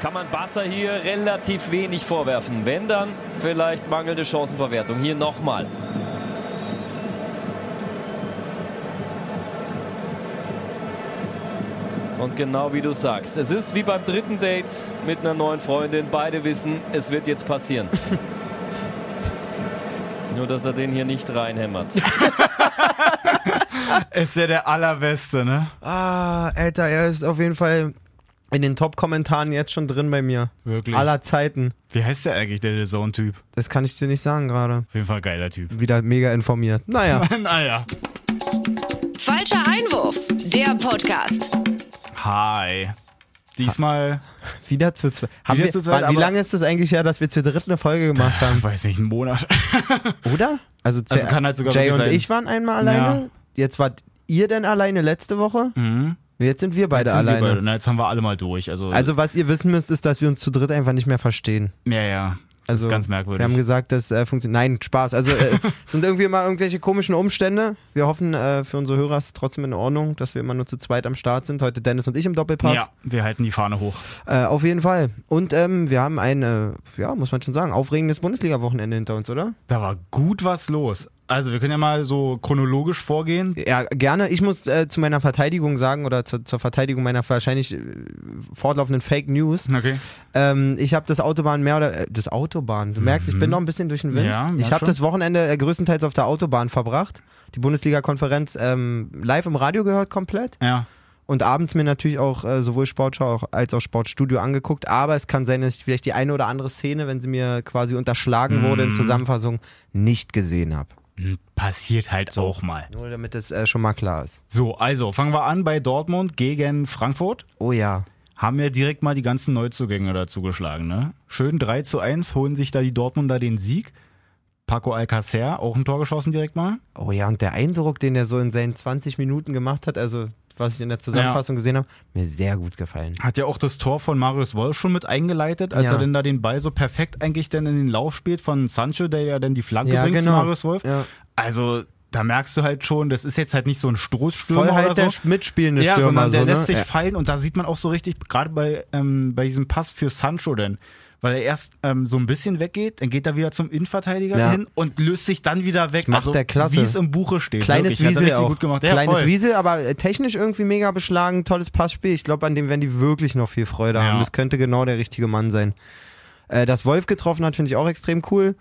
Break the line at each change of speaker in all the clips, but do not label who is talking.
kann man Barca hier relativ wenig vorwerfen. Wenn dann vielleicht mangelnde Chancenverwertung. Hier nochmal. Und genau wie du sagst, es ist wie beim dritten Date mit einer neuen Freundin. Beide wissen, es wird jetzt passieren. Nur, dass er den hier nicht reinhämmert.
Ist ja der allerbeste, ne?
Ah, Alter, er ist auf jeden Fall in den Top-Kommentaren jetzt schon drin bei mir.
Wirklich.
Aller Zeiten.
Wie heißt der eigentlich, der Zone-Typ?
Das kann ich dir nicht sagen gerade.
Auf jeden Fall geiler Typ.
Wieder mega informiert. Naja.
naja.
Falscher Einwurf, der Podcast.
Hi. Diesmal,
Wieder zu zweit. Haben
Wieder
wir,
zu zweit,
wann, wie
aber-
lange ist es eigentlich her, dass wir zur dritten eine Folge gemacht haben?
weiß nicht, einen Monat.
Oder? Also,
Also kann halt sogar
Jay
wirklich
und
sein.
ich waren einmal alleine.
Ja. Mhm.
Jetzt wart ihr denn alleine letzte Woche? Jetzt sind wir beide
Jetzt sind wir
alleine.
beide. Na, jetzt haben wir alle mal durch. Also,
Also was ihr wissen müsst, ist, dass wir uns zu dritt einfach nicht mehr verstehen.
ja, ja.
Also
ist ganz
Wir haben
merkwürdig.
gesagt, das äh, funktioniert. Nein, Spaß. Also äh, es sind irgendwie immer irgendwelche komischen Umstände. Wir hoffen äh, für unsere Hörer ist es trotzdem in Ordnung, dass wir immer nur zu zweit am Start sind. Heute Dennis und ich im Doppelpass.
ja, wir halten die Fahne hoch.
Äh, auf jeden Fall. Und ähm, wir haben ein, äh, ja, muss man schon sagen, aufregendes Bundesliga-Wochenende hinter uns, oder?
Da war gut was los. Also, wir können ja mal so chronologisch vorgehen.
Ja, gerne. Ich muss äh, zu meiner Verteidigung sagen oder zu, zur Verteidigung meiner wahrscheinlich äh, fortlaufenden Fake News.
Okay.
Ähm, ich habe das Autobahn mehr oder äh, das Autobahn. Du merkst, ich bin noch ein bisschen durch den Wind.
Mhm. Ja, merk
ich habe
schon.
das Wochenende äh, größtenteils auf der Autobahn verbracht. Die Bundesliga-Konferenz ähm, live im Radio gehört komplett
Ja.
und abends mir natürlich auch äh, sowohl Sportschau auch, als auch Sportstudio angeguckt. Aber es kann sein, dass ich vielleicht die eine oder andere Szene, wenn sie mir quasi unterschlagen wurde
Mhm.
in Zusammenfassung, nicht gesehen habe.
Passiert halt auch mal.
Nur damit das äh, schon mal klar ist.
So, also fangen wir an bei Dortmund gegen Frankfurt.
Oh ja.
Haben ja direkt mal die ganzen Neuzugänge dazu geschlagen, ne? Schön 3 zu 1 holen sich da die Dortmunder den Sieg. Paco Alcacer auch ein Tor geschossen direkt mal.
Oh ja, und der Eindruck, den er so in seinen 20 Minuten gemacht hat, also was ich in der Zusammenfassung gesehen habe, mir sehr gut gefallen.
Hat ja auch das Tor von Marius Wolf schon mit eingeleitet, als
Ja.
er denn da den Ball so perfekt eigentlich dann in den Lauf spielt von Sancho, der ja dann die Flanke
Ja,
bringt zu
genau.
Marius Wolf.
Ja.
Also da merkst du halt schon, das ist jetzt halt nicht so ein Stoßstürmer
Voll halt
oder so.
der mitspielende
ja,
Stürmer.
sondern der
so, ne?
lässt sich
ja.
fallen und da sieht man auch so richtig, gerade bei, ähm, bei diesem Pass für Sancho denn, weil er erst ähm, so ein bisschen weggeht, dann geht er wieder zum Innenverteidiger
Ja.
hin und löst sich dann wieder weg.
Das macht
also,
der klasse.
Wie es im Buche steht.
Kleines
Wirklich, hat er
Wiesel
richtig
auch.
gut gemacht. Ja,
Kleines
voll.
Wiesel, aber äh, technisch irgendwie mega beschlagen, tolles Passspiel. Ich glaube, an dem werden die wirklich noch viel Freude haben.
Ja.
Das könnte genau der richtige Mann sein. Äh, dass Wolf getroffen hat, finde ich auch extrem cool.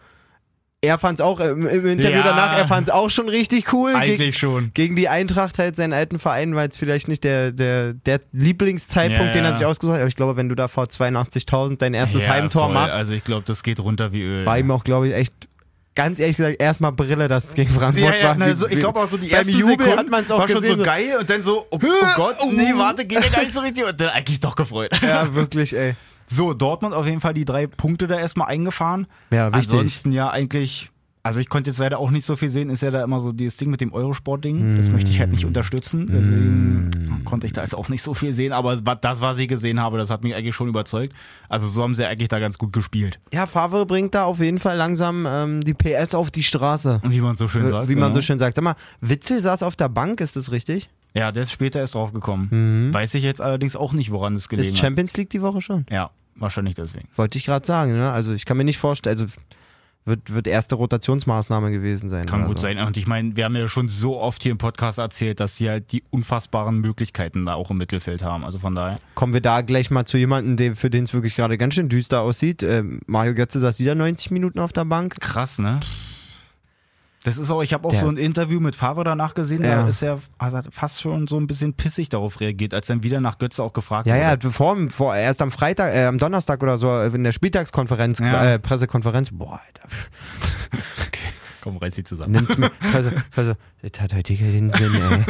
Er fand es auch äh, im im Interview
Ja.
danach, er fand es auch schon richtig cool. Geg
Eigentlich schon.
gegen die Eintracht halt seinen alten Verein war jetzt vielleicht nicht der, der, der Lieblingszeitpunkt,
Ja,
den er
ja.
sich ausgesucht hat. Aber ich glaube, wenn du da vor 82.000 dein erstes
ja,
Heimtor
voll.
machst,
Also ich glaube, das geht runter wie Öl.
war ihm auch, glaube ich, echt, ganz ehrlich gesagt, erstmal Brille, dass es gegen Frankfurt
ja, ja,
war.
na,
Wie-
so,
wie-
ich glaube auch so die
beim
ersten
Jubel
Sekunden
hat man's auch
war schon
gesehen,
so
so-
geil und dann so, oh, oh Gott, nee, warte, geht ja gar nicht so richtig. Und dann eigentlich doch gefreut.
Ja, wirklich, ey.
So, Dortmund auf jeden Fall die drei Punkte da erstmal eingefahren.
Ja, wichtig.
Ansonsten ja eigentlich, also ich konnte jetzt leider auch nicht so viel sehen, ist ja da immer so dieses Ding mit dem Eurosport-Ding.
Mm.
Das möchte ich halt nicht unterstützen. Deswegen konnte ich da jetzt auch nicht so viel sehen, aber wa- das, was ich gesehen habe, das hat mich eigentlich schon überzeugt. Also so haben sie eigentlich da ganz gut gespielt.
Ja, Favre bringt da auf jeden Fall langsam ähm, die PS auf die Straße.
Und wie man so schön sagt.
Äh, Wie man
genau.
so schön sagt. Sag mal, Witzel saß auf der Bank, ist das richtig?
Ja, der ist später erst draufgekommen. Weiß ich jetzt allerdings auch nicht, woran es gelegen
Mhm. Ist
hat.
Champions League die Woche schon?
Ja, wahrscheinlich deswegen.
Wollte ich gerade sagen, ne? Also ich kann mir nicht vorstellen, also wird, wird erste Rotationsmaßnahme gewesen sein.
Kann
oder
gut
so.
sein. Und ich meine, wir haben ja schon so oft hier im Podcast erzählt, dass sie halt die unfassbaren Möglichkeiten da auch im Mittelfeld haben. Also von daher.
Kommen wir da gleich mal zu jemandem, dem, für den es wirklich gerade ganz schön düster aussieht. Ähm, Mario Götze saß wieder 90 Minuten auf der Bank.
Krass, ne? Das ist auch, ich habe auch
Der-
so ein Interview mit Favre danach gesehen,
Ja.
da ist er also hat fast schon so ein bisschen pissig darauf reagiert, als dann wieder nach Götze auch gefragt
Ja,
wurde.
ja, bevor, vor, erst am Freitag, äh, am Donnerstag oder so, äh, in der Spieltagskonferenz,
Ja.
äh, Pressekonferenz, boah, Alter, pff,
Komm, reiß sie zusammen.
Nimmt's mir. Also, also, das hat heute keinen Sinn, ey.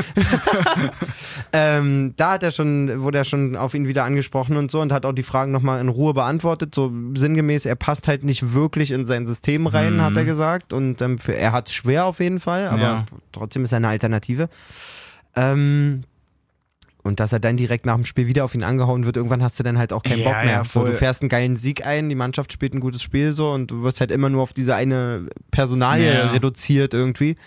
ähm, da hat er schon, wurde er schon auf ihn wieder angesprochen und so und hat auch die Fragen nochmal in Ruhe beantwortet. So sinngemäß, er passt halt nicht wirklich in sein System rein, hat er gesagt. Und ähm, für, er hat es schwer auf jeden Fall, aber
Mhm. Ja.
trotzdem ist er eine Alternative. Ähm. Und dass er dann direkt nach dem Spiel wieder auf ihn angehauen wird, irgendwann hast du dann halt auch keinen
Ja,
Bock mehr.
ja,
so, du
voll.
fährst einen geilen Sieg ein, die Mannschaft spielt ein gutes Spiel so und du wirst halt immer nur auf diese eine Personalie
Ja.
reduziert irgendwie.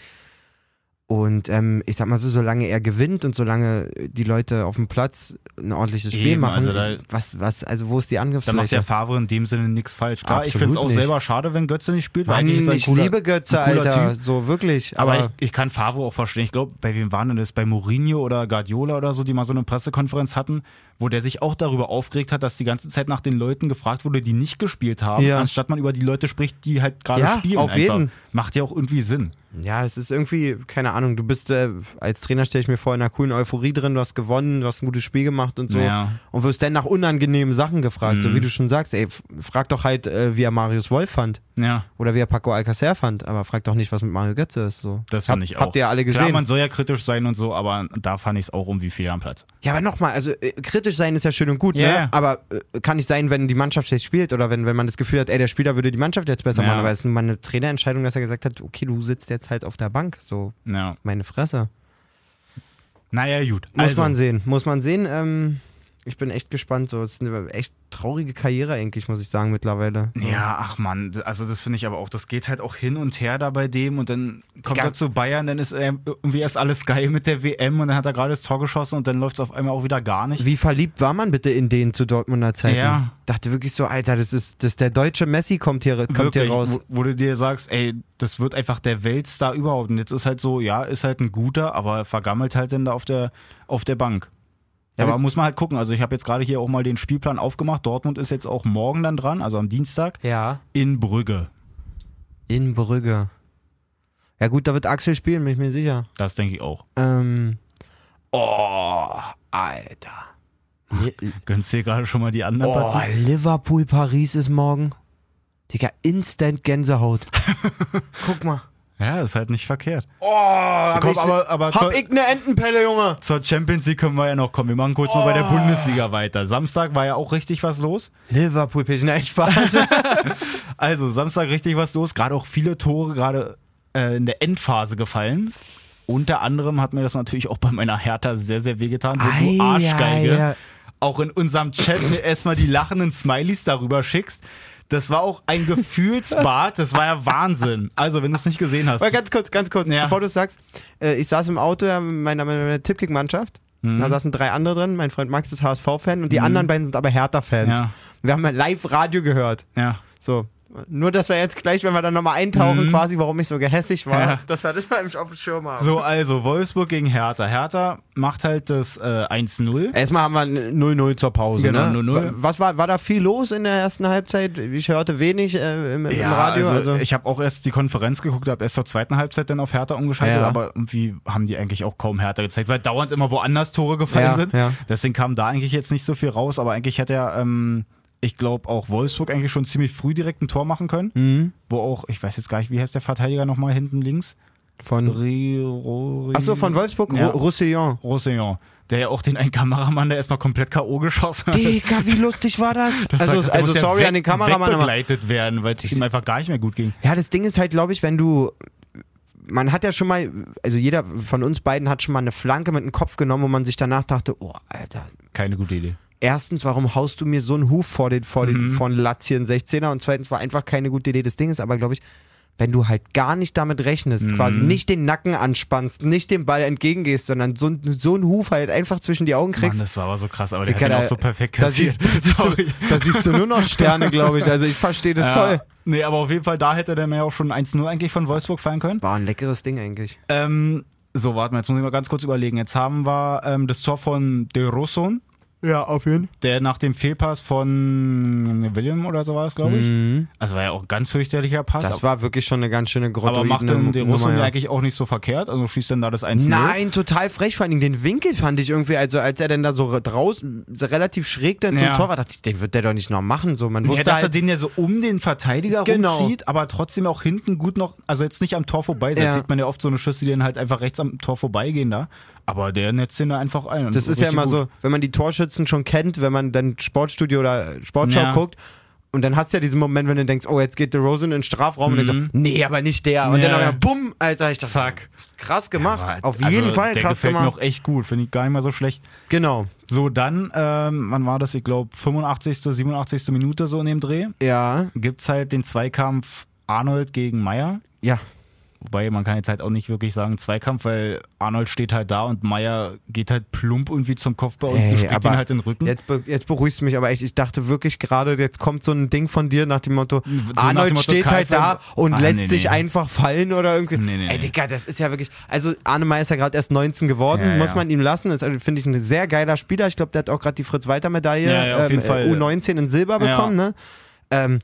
Und ähm, ich sag mal so, solange er gewinnt und solange die Leute auf dem Platz ein ordentliches Spiel
Eben,
machen,
also da-
was, was, also wo ist die
Da macht
Angriffsfläche?
der Favre in dem Sinne nichts falsch. Klar, ich
Absolut
finde es auch
nicht.
selber schade, wenn Götze nicht spielt, weil
Mann,
eigentlich ist er ein
ich
cooler,
liebe Götze,
ein cooler
Alter.
Typ.
So wirklich.
Aber ich, ich kann Favre auch verstehen. Ich glaube, bei wem waren denn das? Bei Mourinho oder Guardiola oder so, die mal so eine Pressekonferenz hatten, wo der sich auch darüber aufgeregt hat, dass die ganze Zeit nach den Leuten gefragt wurde, die nicht gespielt haben,
Ja.
anstatt man über die Leute spricht, die halt gerade
Ja,
spielen.
auf
einfach.
jeden.
Macht ja auch irgendwie Sinn.
Ja, es ist irgendwie, keine Ahnung, du bist äh, als Trainer, stelle ich mir vor, in einer coolen Euphorie drin, du hast gewonnen, du hast ein gutes Spiel gemacht und so.
Ja.
Und wirst dann nach unangenehmen Sachen gefragt, so
Mhm.
wie du schon sagst. Ey, f- frag doch halt, äh, wie er Marius Wolf fand
Ja,
oder wie er Paco Alcacer fand, aber frag doch nicht, was mit Mario Götze ist. So.
das
Hab-
fand ich auch.
Habt ihr alle gesehen?
Klar, man soll ja kritisch sein und so, aber da fand ich es auch irgendwie fehl am Platz.
Ja, aber nochmal, also äh, kritisch sein ist ja schön und gut,
Ja, ja.
ne? aber äh, kann nicht sein, wenn die Mannschaft schlecht spielt oder wenn, wenn man das Gefühl hat, ey, der Spieler würde die Mannschaft jetzt besser
Ja.
machen, aber es ist nun mal eine Trainerentscheidung, dass er gesagt hat, okay, du sitzt jetzt halt auf der Bank, so
Ja.
meine Fresse.
Naja, gut.
Muss
also,
man sehen, muss man sehen. Ähm, ich bin echt gespannt, so es ist eine echt traurige Karriere eigentlich, muss ich sagen, mittlerweile.
Ja, ach man, also das finde ich aber auch, das geht halt auch hin und her da bei dem und dann kommt
Digga.
er zu Bayern, dann ist er irgendwie erst alles geil mit der WM und dann hat er gerade das Tor geschossen und dann läuft es auf einmal auch wieder gar nicht.
Wie verliebt war man bitte in den zu Dortmunder Zeiten?
Ja.
Dachte wirklich so, Alter, das ist, das der deutsche Messi kommt hier, kommt hier raus.
wo, wo du dir sagst, ey, das wird einfach der Weltstar überhaupt. Und jetzt ist halt so, ja, ist halt ein guter, aber vergammelt halt dann da auf der, auf der Bank.
Ja,
aber
aber-
muss man halt gucken. Also ich habe jetzt gerade hier auch mal den Spielplan aufgemacht. Dortmund ist jetzt auch morgen dann dran, also am Dienstag,
Ja.
in Brügge.
In Brügge. Ja gut, da wird Axel spielen, bin ich mir sicher.
Das denke ich auch.
Ähm. Oh, Alter. Li-
Gönnst dir gerade schon mal die anderen
Oh,
Partien?
Liverpool, Paris ist morgen. Digga, instant Gänsehaut. Guck mal.
Ja, ist halt nicht verkehrt.
Oh,
Komm, aber, aber zur,
ne Entenpelle, Junge.
zur Champions League können wir ja noch kommen. Wir machen kurz mal bei der
Oh.
Bundesliga weiter. Samstag war ja auch richtig was los.
Liverpool, PSG, nein, Spaß.
Also, Samstag richtig was los. Gerade auch viele Tore gerade äh, in der Endphase gefallen. Unter anderem hat mir das natürlich auch bei meiner Hertha sehr, sehr wehgetan. Du du Arschgeige.
Ei, ei, ei.
Auch in unserem Chat mir erstmal die lachenden Smileys darüber schickst. Das war auch ein Gefühlsbad. Das war ja Wahnsinn. Also, wenn du es nicht gesehen hast.
Aber ganz kurz, ganz kurz,
Ja.
bevor du es sagst. Äh, ich saß im Auto ja, mit meiner, meiner Tippkick-Mannschaft.
Mhm.
Da saßen drei andere drin. Mein Freund Max ist HSV-Fan und die anderen beiden sind aber Hertha-Fans.
Ja.
Wir haben ja live Radio gehört.
Ja.
So. Nur, dass wir jetzt gleich, wenn wir dann nochmal eintauchen, quasi, warum ich so gehässig war,
Mhm. Ja.
dass wir das mal im- auf dem Schirm haben.
So, also Wolfsburg gegen Hertha. Hertha macht halt das äh, 1-0.
Erstmal haben wir ein 0-0 zur Pause.
Genau,
ne?
0-0.
Was war, war da viel los in der ersten Halbzeit? Ich hörte wenig äh, im, im Radio. Also,
ich habe auch erst die Konferenz geguckt, habe erst zur zweiten Halbzeit dann auf Hertha umgeschaltet,
Ja.
aber irgendwie haben die eigentlich auch kaum Hertha gezeigt, weil dauernd immer woanders Tore gefallen
Ja,
sind.
ja.
Deswegen kam da eigentlich jetzt nicht so viel raus, aber eigentlich hätte ja, ähm, ich glaube, auch Wolfsburg eigentlich schon ziemlich früh direkt ein Tor machen können,
Mhm.
wo auch, ich weiß jetzt gar nicht, wie heißt der Verteidiger nochmal hinten links?
von,
Rio.
achso, von Wolfsburg,
Ja.
Ru- Roussillon.
Roussillon, der ja auch den einen Kameramann, der erstmal komplett K.O. geschossen hat.
Digga, wie lustig war das?
Das
also,
sagt, das
also
muss ja
sorry
weg-
an den Kameramann. Aber,
wegbegleitet werden, weil es ihm einfach gar nicht mehr gut ging.
ja, das Ding ist halt, glaube ich, wenn du. Man hat ja schon mal, also jeder von uns beiden hat schon mal eine Flanke mit dem Kopf genommen, wo man sich danach dachte, oh, Alter,
Keine gute Idee.
erstens, warum haust du mir so einen Huf vor den, vor den
Mhm.
von Lazien 16er und zweitens war einfach keine gute Idee. Das Ding ist aber, glaube ich, wenn du halt gar nicht damit rechnest,
Mhm.
quasi nicht den Nacken anspannst, nicht dem Ball entgegengehst, sondern so, ein- so einen Huf halt einfach zwischen die Augen kriegst.
Mann, das war aber so krass, aber
Digga,
der hat
da-
den auch genau, so perfekt
da siehst,
kassiert.
da, siehst du, da siehst du nur noch Sterne, glaube ich. Also ich verstehe das voll.
Ja. Nee, aber auf jeden Fall, da hätte der mir auch schon 1-0 eigentlich von Wolfsburg fallen können.
War ein leckeres Ding eigentlich.
Ähm, so, warten wir, jetzt muss ich mal ganz kurz überlegen. Jetzt haben wir ähm, das Tor von De Rosson,
Ja, auf jeden
der nach dem Fehlpass von William oder so war es, glaube ich.
Mhm.
Also war ja auch ein ganz fürchterlicher Pass.
Das war wirklich schon eine ganz schöne Grotte.
aber macht dann De Rosson ja eigentlich auch nicht so verkehrt. Also schießt dann da das 1-0.
Nein, total frech. Vor allem den Winkel fand ich irgendwie, also als er denn da so draußen, so relativ schräg dann zum
Ja.
Tor war, dachte ich, den wird der doch nicht noch machen. So, man
Ja,
wusste
dass er
halt,
den ja so um den Verteidiger
Genau.
rumzieht, aber trotzdem auch hinten gut noch, also jetzt nicht am Tor vorbei,
Ja.
jetzt sieht man ja oft so eine Schüsse, die dann halt einfach rechts am Tor vorbeigehen da, aber der netzt den da einfach ein. und
das ist ja
richtig
immer
gut.
so, wenn man die Torschützen schon kennt, wenn man dann Sportstudio oder Sportschau
Ja.
guckt. Und dann hast du ja diesen Moment, wenn du denkst, oh, jetzt geht der Rosen in den Strafraum und dann so, nee, aber nicht der. Und
Mhm. Ja.
dann aber bumm, Alter, ich dachte,
Zack.
krass gemacht.
Aber
Auf
also
jeden Fall
Der
krass
gefällt
gemacht.
mir auch echt gut, finde ich gar nicht mal so schlecht.
Genau.
So, dann, ähm, wann war das? Ich glaube 85., 87. Minute so in dem Dreh,
Ja.
gibt's halt den Zweikampf Arnold gegen Meyer.
Ja.
Wobei man kann jetzt halt auch nicht wirklich sagen Zweikampf, weil Arnold steht halt da und Meier geht halt plump irgendwie zum Kopfball und schlägt ihn halt in den Rücken.
Jetzt, be jetzt beruhigst du mich aber echt. Ich dachte wirklich gerade, jetzt kommt so ein Ding von dir nach dem Motto,
nach
Arnold
dem Motto,
steht
Karl
halt da
Fern-
und
Ah,
lässt
nee,
sich
nee.
einfach fallen oder irgendwie.
Nee, nee,
Ey,
nee.
Digga, das ist ja wirklich. Also Arne Meyer ist ja gerade erst 19 geworden,
Ja,
muss
ja.
man ihm lassen. Das ist, also, finde ich ein sehr geiler Spieler. Ich glaube, der hat auch gerade die Fritz-Walter-Medaille
Ja, ja, auf jeden
äh,
Fall.
U19 in Silber
Ja.
bekommen, ne? Ähm,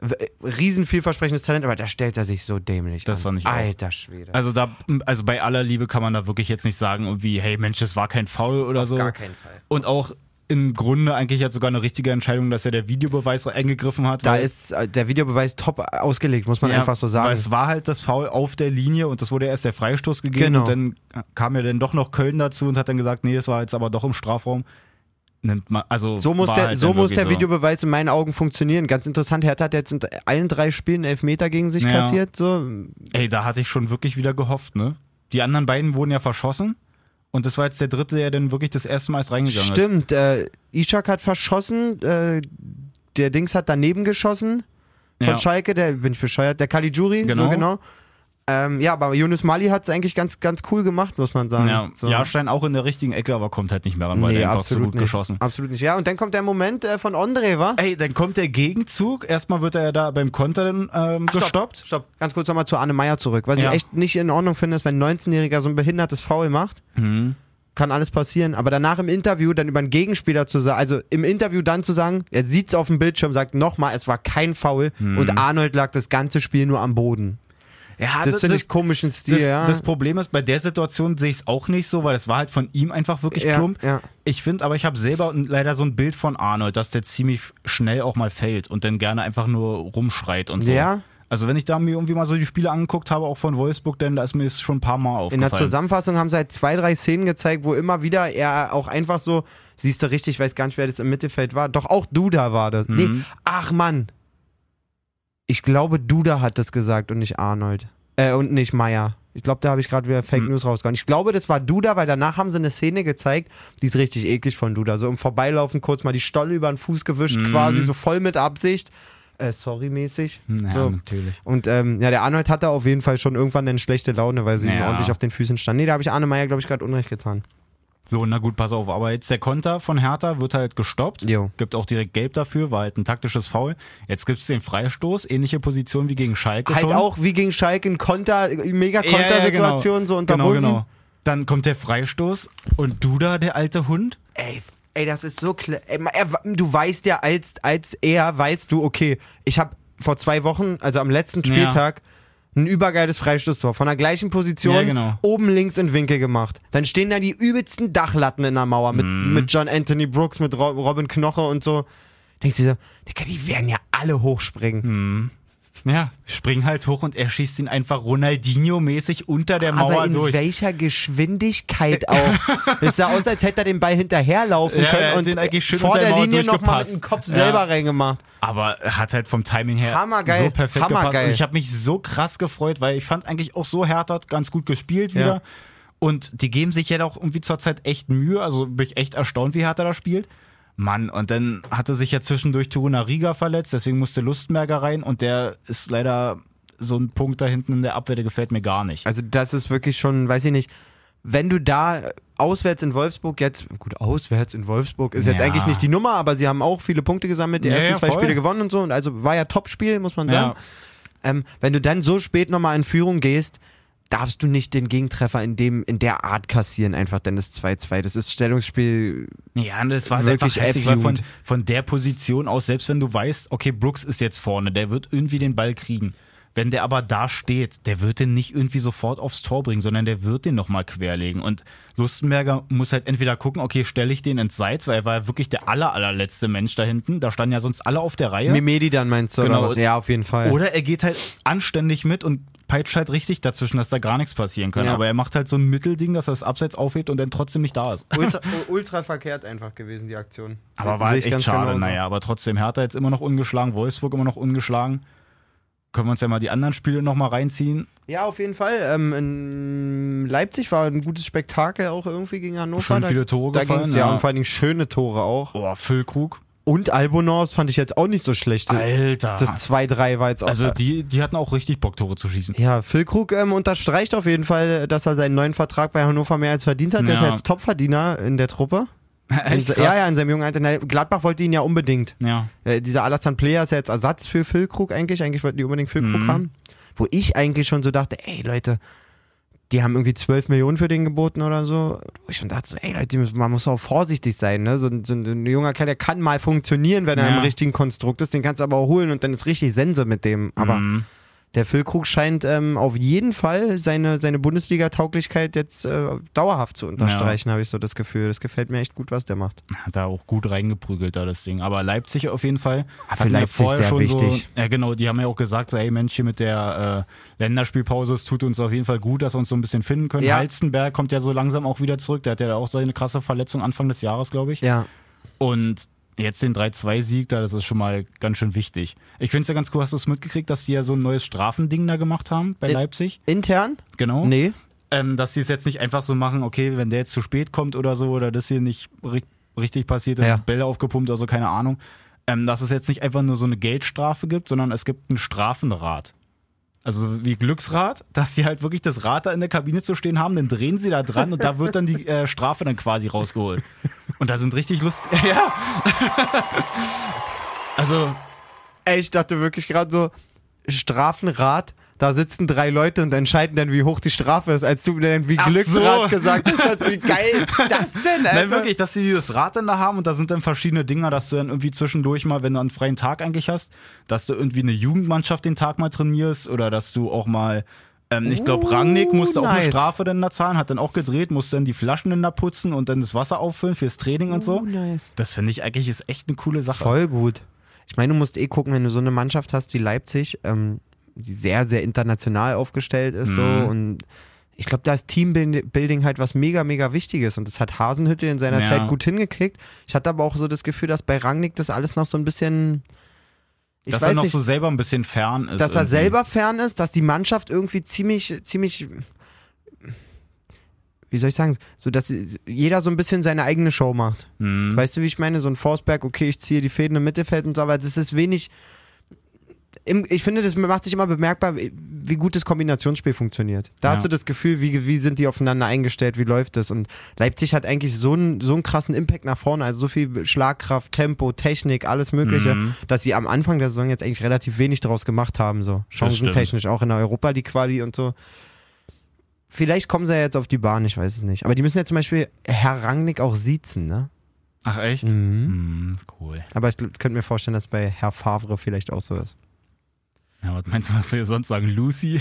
w- riesen vielversprechendes Talent, aber da stellt er sich so dämlich.
Das
an.
fand ich auch.
Alter Schwede.
Also da, also bei aller Liebe kann man da wirklich jetzt nicht sagen, irgendwie, hey Mensch, das war kein Foul oder so.
gar keinen Fall.
Und auch im Grunde eigentlich hat sogar eine richtige Entscheidung, dass er der Videobeweis eingegriffen hat.
Da
weil-
ist äh, der Videobeweis top ausgelegt, muss man
Ja,
einfach so sagen.
Weil es war halt das Foul auf der Linie und das wurde erst der Freistoß gegeben.
Genau.
Und dann kam ja dann doch noch Köln dazu und hat dann gesagt, nee, das war jetzt aber doch im Strafraum. Nimmt man, also
So muss
war
der,
halt
so
dann
muss
wirklich
der Videobeweis in meinen Augen funktionieren. Ganz interessant, Hertha hat jetzt in allen drei Spielen Elfmeter gegen sich
Ja.
kassiert. So.
Ey, da hatte ich schon wirklich wieder gehofft, ne? Die anderen beiden wurden ja verschossen und das war jetzt der dritte, der dann wirklich das erste Mal erst reingegangen ist.
Stimmt, äh, Ishak hat verschossen, äh, der Dings hat daneben geschossen von
Ja.
Schalke, der bin ich bescheuert, der Caligiuri, so
Genau.
genau. Ähm, ja, aber Yunus Mali hat es eigentlich ganz, ganz cool gemacht, muss man sagen.
Ja,
so.
Jahrstein auch in der richtigen Ecke, aber kommt halt nicht mehr ran, weil der einfach zu gut
nicht.
geschossen.
Absolut nicht. Ja, und dann kommt der Moment äh, von Andre, wa?
Ey, dann kommt der Gegenzug. Erstmal wird er ja da beim Konter dann ähm, gestoppt.
Stopp. Ganz kurz nochmal zu Anne Meyer zurück. Was
Ja.
ich echt nicht in Ordnung finde, ist, wenn ein 19-Jähriger so ein behindertes Foul macht. Kann alles passieren. Aber danach im Interview dann über einen Gegenspieler zu sagen, also im Interview dann zu sagen, er sieht's auf dem Bildschirm, sagt nochmal, es war kein Foul und Arnold lag das ganze Spiel nur am Boden.
Ja,
Das finde ich komischen Stil,
Also das,
ja.
das Problem ist, bei der Situation sehe ich es auch nicht so, weil es war halt von ihm einfach wirklich
Ja,
plump.
ja.
Ich finde aber, ich habe selber leider so ein Bild von Arnold, dass der ziemlich schnell auch mal fällt und dann gerne einfach nur rumschreit und so.
Ja.
Also wenn ich da mir irgendwie mal so die Spiele angeguckt habe, auch von Wolfsburg, denn da ist mir das schon ein paar Mal
in
aufgefallen.
der Zusammenfassung haben sie halt zwei, drei Szenen gezeigt, wo immer wieder er auch einfach so, siehst du richtig, weiß gar nicht, wer das im Mittelfeld war. Doch auch Duda war das.
Mhm.
Nee, ach Mann. Ich glaube, Duda hat das gesagt und nicht Arnold. Äh, und nicht Meier. Ich glaube, da habe ich gerade wieder
Mhm.
Fake News rausgehauen. Ich glaube, das war Duda, weil danach haben sie eine Szene gezeigt, die ist richtig eklig von Duda. So im Vorbeilaufen kurz mal die Stolle über den Fuß gewischt,
Mhm.
quasi so voll mit Absicht. Äh, sorry mäßig.
ja,
so.
natürlich.
Und ähm, ja, der Arnold hatte auf jeden Fall schon irgendwann eine schlechte Laune, weil sie ihm
Ja.
ordentlich auf den Füßen stand. Nee, da habe ich Arne Meyer, glaube ich, gerade Unrecht getan.
So, na gut, pass auf. Aber jetzt der Konter von Hertha wird halt gestoppt.
Jo.
Gibt auch direkt Gelb dafür, war halt ein taktisches Foul. Jetzt gibt es den Freistoß, ähnliche Position wie gegen Schalke
Halt
schon.
auch wie gegen Schalke ein Konter, mega Kontersituation so
genau,
unterbunden.
genau. Dann kommt der Freistoß und Duda, der alte Hund.
Ey, ey, das ist so klar. Ey, er, du weißt ja, als, als er weißt du, okay, ich habe vor zwei Wochen, also am letzten Spieltag, ein übergeiles Freistoßtor von der gleichen Position
Ja, genau.
oben links in Winkel gemacht. Dann stehen da die übelsten Dachlatten in der Mauer mit,
Mhm.
mit John Anthony Brooks, mit Ro Robin Knoche und so. Denkst du dir so, Digga, die werden ja alle hochspringen.
Mhm. Ja, spring halt hoch und er schießt ihn einfach Ronaldinho-mäßig unter der Mauer
Aber in
durch.
welcher Geschwindigkeit auch. Es sah aus, als hätte er den Ball hinterherlaufen
Ja, er
können
hat
und
den eigentlich schön
vor
unter
der
der Mauer
Linie nochmal
durchgepasst.
mit dem Kopf
Ja.
selber reingemacht.
Aber hat halt vom Timing her
Hammergeil,
so perfekt
hammergeil.
gepasst. Und ich habe mich so krass gefreut, weil ich fand eigentlich auch so Hertha hat ganz gut gespielt wieder.
Ja.
Und die geben sich ja auch irgendwie zurzeit echt Mühe. Also bin ich echt erstaunt, wie Hertha da spielt. Mann, und dann hatte sich ja zwischendurch Toruna Riga verletzt, deswegen musste Lustenberger rein und der ist leider so ein Punkt da hinten in der Abwehr, der gefällt mir gar nicht.
Also das ist wirklich schon, weiß ich nicht, wenn du da äh, auswärts in Wolfsburg jetzt, gut, auswärts in Wolfsburg ist jetzt
Ja.
eigentlich nicht die Nummer, aber sie haben auch viele Punkte gesammelt, die
Ja,
ersten
ja,
zwei
voll.
Spiele gewonnen und so, und also war ja Topspiel, muss man
Ja.
sagen. Ähm, wenn du dann so spät nochmal in Führung gehst, darfst du nicht den Gegentreffer in, dem, in der Art kassieren, einfach, denn das 2-2, das ist Stellungsspiel
Ja, ne, das war
Wirklich
wirklich einfach hässlich, weil von,
F-Jugend.
von der Position aus, selbst wenn du weißt, okay, Brooks ist jetzt vorne, der wird irgendwie den Ball kriegen. Wenn der aber da steht, der wird den nicht irgendwie sofort aufs Tor bringen, sondern der wird den nochmal querlegen. Und Lustenberger muss halt entweder gucken, okay, stelle ich den ins Seits, weil er war ja wirklich der aller, allerletzte Mensch da hinten. Da standen ja sonst alle auf der Reihe.
Mimedi dann meinst du,
Genau.
oder was? Ja, auf jeden Fall.
Oder er geht halt anständig mit und peitscht halt richtig dazwischen, dass da gar nichts passieren kann.
Ja.
Aber er macht halt so ein Mittelding, dass er das Abseits aufhebt und dann trotzdem nicht da ist.
ultra, ultra verkehrt einfach gewesen, die Aktion.
Aber war
Sehe
halt
ich
echt
ganz
schade.
genauso.
Naja, aber trotzdem, Hertha jetzt immer noch ungeschlagen, Wolfsburg immer noch ungeschlagen. Können wir uns ja mal die anderen Spiele nochmal reinziehen.
Ja, auf jeden Fall. Ähm, in Leipzig war ein gutes Spektakel auch irgendwie gegen Hannover.
Schön
Da-
viele Tore
da
gefallen,
ging's, ja,
ja.
und vor allen Dingen schöne Tore auch.
Oh, Füllkrug.
Und Albonos fand ich jetzt auch nicht so schlecht.
Alter.
Das 2-3 war jetzt auch.
also die, die hatten auch richtig Bock, Tore zu schießen.
ja, Phil Krug ähm, unterstreicht auf jeden Fall, dass er seinen neuen Vertrag bei Hannover mehr als verdient hat. Der ist
Ja.
ja jetzt Topverdiener in der Truppe.
Echt
In se- Also, Ja, ja, in seinem jungen Alter. Na, Gladbach wollte ihn ja unbedingt.
Ja.
Äh, dieser Alassane Player ist ja jetzt Ersatz für Phil Krug eigentlich. Eigentlich wollten die unbedingt Phil Krug
Mhm.
haben. Wo ich eigentlich schon so dachte, ey Leute, die haben irgendwie 12 Millionen für den geboten oder so. Wo ich schon dachte, so, ey Leute, man muss auch vorsichtig sein. Ne? So, ein- so ein, ein junger Kerl, der kann mal funktionieren, wenn er
Ja.
im richtigen Konstrukt ist. Den kannst du aber auch holen und dann ist richtig Sense mit dem. Aber
Mhm.
der Phil Krug scheint ähm, auf jeden Fall seine, seine Bundesliga-Tauglichkeit jetzt äh, dauerhaft zu unterstreichen, habe ich so das Gefühl. Das gefällt mir echt gut, was der macht.
Hat da auch gut reingeprügelt, da das Ding. Aber Leipzig auf jeden Fall.
Ah, für
Hatten wir
Leipzig
vorher
sehr wichtig.
So, ja, genau. Die haben ja auch gesagt, so, hey Mensch, hier mit der äh, Länderspielpause, es tut uns auf jeden Fall gut, dass wir uns so ein bisschen finden können.
Ja.
Halstenberg kommt ja so langsam auch wieder zurück. Der hat ja auch seine krasse Verletzung Anfang des Jahres, glaube ich.
Ja,
Und jetzt den 3-2-Sieg da, das ist schon mal ganz schön wichtig. Ich finde es ja ganz cool, hast du es mitgekriegt, dass die ja so ein neues Strafending da gemacht haben bei
Äh,
Leipzig?
Intern?
Genau.
Nee.
Ähm, dass die es jetzt nicht einfach so machen, okay, wenn der jetzt zu spät kommt oder so, oder das hier nicht ri richtig passiert, dann
Ja.
Bälle aufgepumpt oder so, keine Ahnung. Ähm, dass es jetzt nicht einfach nur so eine Geldstrafe gibt, sondern es gibt einen Strafenrat. Also wie Glücksrad, dass sie halt wirklich das Rad da in der Kabine zu stehen haben, dann drehen sie da dran und da wird dann die äh, Strafe dann quasi rausgeholt. Und da sind richtig Lust. ja. also,
Ey, ich dachte wirklich gerade so, Strafenrat, da sitzen drei Leute und entscheiden dann, wie hoch die Strafe ist, als du mir dann wie
Ach so.
Glücksrat gesagt hast. Ich dachte, so, wie geil ist das denn, Alter?
Nein, wirklich, dass sie dieses Rad dann da haben und da sind dann verschiedene Dinger, dass du dann irgendwie zwischendurch mal, wenn du einen freien Tag eigentlich hast, dass du irgendwie eine Jugendmannschaft den Tag mal trainierst oder dass du auch mal, ähm, ich glaube,
Uh,
Rangnick musste auch eine
nice.
Strafe dann da zahlen, hat dann auch gedreht, musste dann die Flaschen dann da putzen und dann das Wasser auffüllen fürs Training und so.
nice.
Das finde ich eigentlich ist echt eine coole Sache.
Oh, ne. Voll gut. Ich meine, du musst eh gucken, wenn du so eine Mannschaft hast wie Leipzig, ähm, die sehr, sehr international aufgestellt ist
Mhm.
so und ich glaube, da ist Teambuilding halt was mega, mega Wichtiges und das hat Hasenhüttel in seiner
Ja.
Zeit gut hingekriegt. Ich hatte aber auch so das Gefühl, dass bei Rangnick das alles noch so ein bisschen... Ich
dass
weiß
er noch
nicht,
so selber ein bisschen fern ist.
dass er
irgendwie.
selber fern ist, dass die Mannschaft irgendwie ziemlich, ziemlich, wie soll ich sagen, so dass jeder so ein bisschen seine eigene Show macht.
Hm.
Weißt du, wie ich meine? So ein Forsberg, okay, ich ziehe die Fäden im Mittelfeld und so, aber das ist wenig. Im, ich finde, das macht sich immer bemerkbar, wie gut das Kombinationsspiel funktioniert. Da
Ja.
hast du das Gefühl, wie, wie sind die aufeinander eingestellt, wie läuft das? Und Leipzig hat eigentlich so einen, so einen krassen Impact nach vorne, also so viel Schlagkraft, Tempo, Technik, alles Mögliche,
Mhm.
dass sie am Anfang der Saison jetzt eigentlich relativ wenig draus gemacht haben, so
stimmt.
chancentechnisch, auch in der Europa League Quali und so. Vielleicht kommen sie ja jetzt auf die Bahn, ich weiß es nicht. Aber die müssen ja zum Beispiel Herr Rangnick auch siezen, ne?
Ach echt?
Mhm.
Hm, cool.
Aber ich könnte mir vorstellen, dass bei Herr Favre vielleicht auch so ist.
Ja, was meinst du, was wir sonst sagen? Lucy?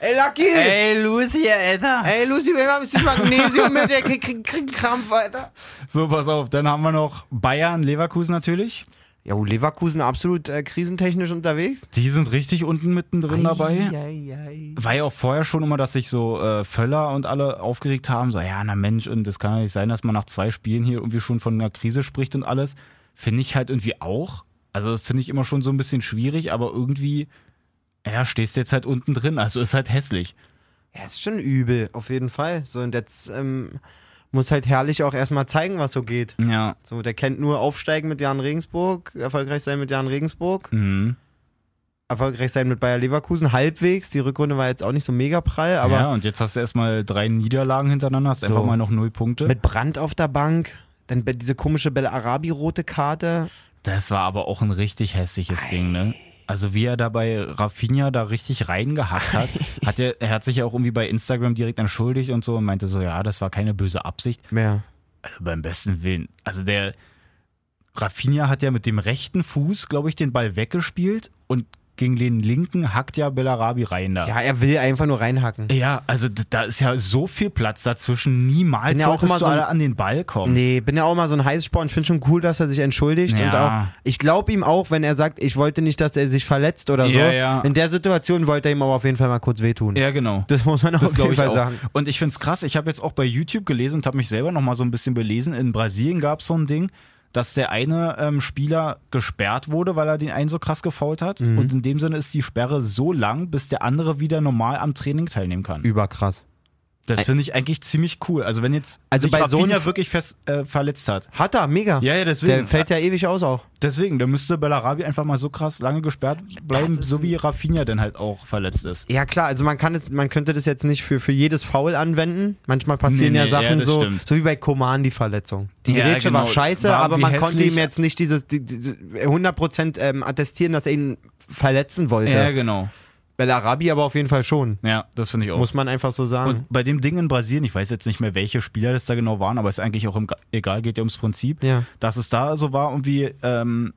Ey, Lucky!
Ey, Lucy, Alter.
Ey, Lucy, wir haben ein bisschen Magnesium mit, der kriegt krieg, krieg einen Krampf, Alter.
So, pass auf, dann haben wir noch Bayern, Leverkusen natürlich.
Ja, oh, Leverkusen absolut äh, krisentechnisch unterwegs.
Die sind richtig unten mittendrin dabei.
Ei, ei, ei.
War ja auch vorher schon immer, dass sich so äh, Völler und alle aufgeregt haben. So, ja, na Mensch, und das kann ja nicht sein, dass man nach zwei Spielen hier irgendwie schon von einer Krise spricht und alles. Finde ich halt irgendwie auch. Also das finde ich immer schon so ein bisschen schwierig, aber irgendwie, ja, stehst jetzt halt unten drin. Also ist halt hässlich.
Ja, ist schon übel, auf jeden Fall. So, und jetzt ähm, muss halt herrlich auch erstmal zeigen, was so geht.
Ja.
So, der kennt nur Aufsteigen mit Jan Regensburg, erfolgreich sein mit Jan Regensburg,
Mhm.
erfolgreich sein mit Bayer Leverkusen, halbwegs. Die Rückrunde war jetzt auch nicht so mega prall, aber
Aber ja, und jetzt hast du erstmal drei Niederlagen hintereinander, hast
So.
einfach mal noch null Punkte.
Mit Brand auf der Bank, dann be- diese komische Belle Arabi-rote Karte.
Das war aber auch ein richtig hässliches Ding, ne? Also wie er da bei Rafinha da richtig reingehackt hat, hat er, er hat sich ja auch irgendwie bei Instagram direkt entschuldigt und so und meinte so, ja, das war keine böse Absicht.
Mehr.
Also beim besten Willen. Also der Rafinha hat ja mit dem rechten Fuß, glaube ich, den Ball weggespielt und gegen den linken hackt ja Bellarabi rein da.
Ja, er will einfach nur reinhacken.
Ja, also d- da ist ja so viel Platz dazwischen. Niemals
Bin ja auch
solltest
immer
du
so ein-
alle an den Ball kommen.
Nee, bin ja auch mal so ein Heißsporn. Ich finde schon cool, dass er sich entschuldigt.
Ja.
Und auch, ich glaube ihm auch, wenn er sagt, ich wollte nicht, dass er sich verletzt oder so.
Ja, ja.
In der Situation wollte er ihm aber auf jeden Fall mal kurz wehtun.
Ja, genau.
Das muss man
Das
auf jeden
glaube ich
Fall
auch.
sagen.
Und ich finde es krass, ich habe jetzt auch bei YouTube gelesen und habe mich selber nochmal so ein bisschen belesen. In Brasilien gab es so ein Ding, dass der eine ähm, Spieler gesperrt wurde, weil er den einen so krass gefault hat.
Mhm.
Und in dem Sinne ist die Sperre so lang, bis der andere wieder normal am Training teilnehmen kann.
Überkrass.
Das finde ich eigentlich ziemlich cool. Also wenn jetzt
Also
sich
bei so
Rafinha
einem-
wirklich fest, äh, verletzt hat.
Hat er, mega.
Ja, ja,
Der
deswegen.
fällt ja ewig aus auch.
Deswegen, da müsste Bellarabi einfach mal so krass lange gesperrt bleiben, so wie Rafinha dann halt auch verletzt ist.
Ja klar, also man kann es, man könnte das jetzt nicht für, für jedes Foul anwenden. Manchmal passieren
Nee,
ja
nee,
Sachen
ja, das
so,
stimmt.
so wie bei Koman die Verletzung. Die
Ja,
Grätsche war
genau.
scheiße,
War
aber man
irgendwie
konnte ihm
hässlich.
jetzt nicht dieses die, die, 100% ähm, attestieren, dass er ihn verletzen wollte.
genau.
Bellarabi aber auf jeden Fall schon,
Ja, das finde ich auch.
muss man einfach so sagen.
Und bei dem Ding in Brasilien, ich weiß jetzt nicht mehr, welche Spieler das da genau waren, aber ist eigentlich auch im, egal, geht ja ums Prinzip,
Ja.
dass es da so war, irgendwie, ähm,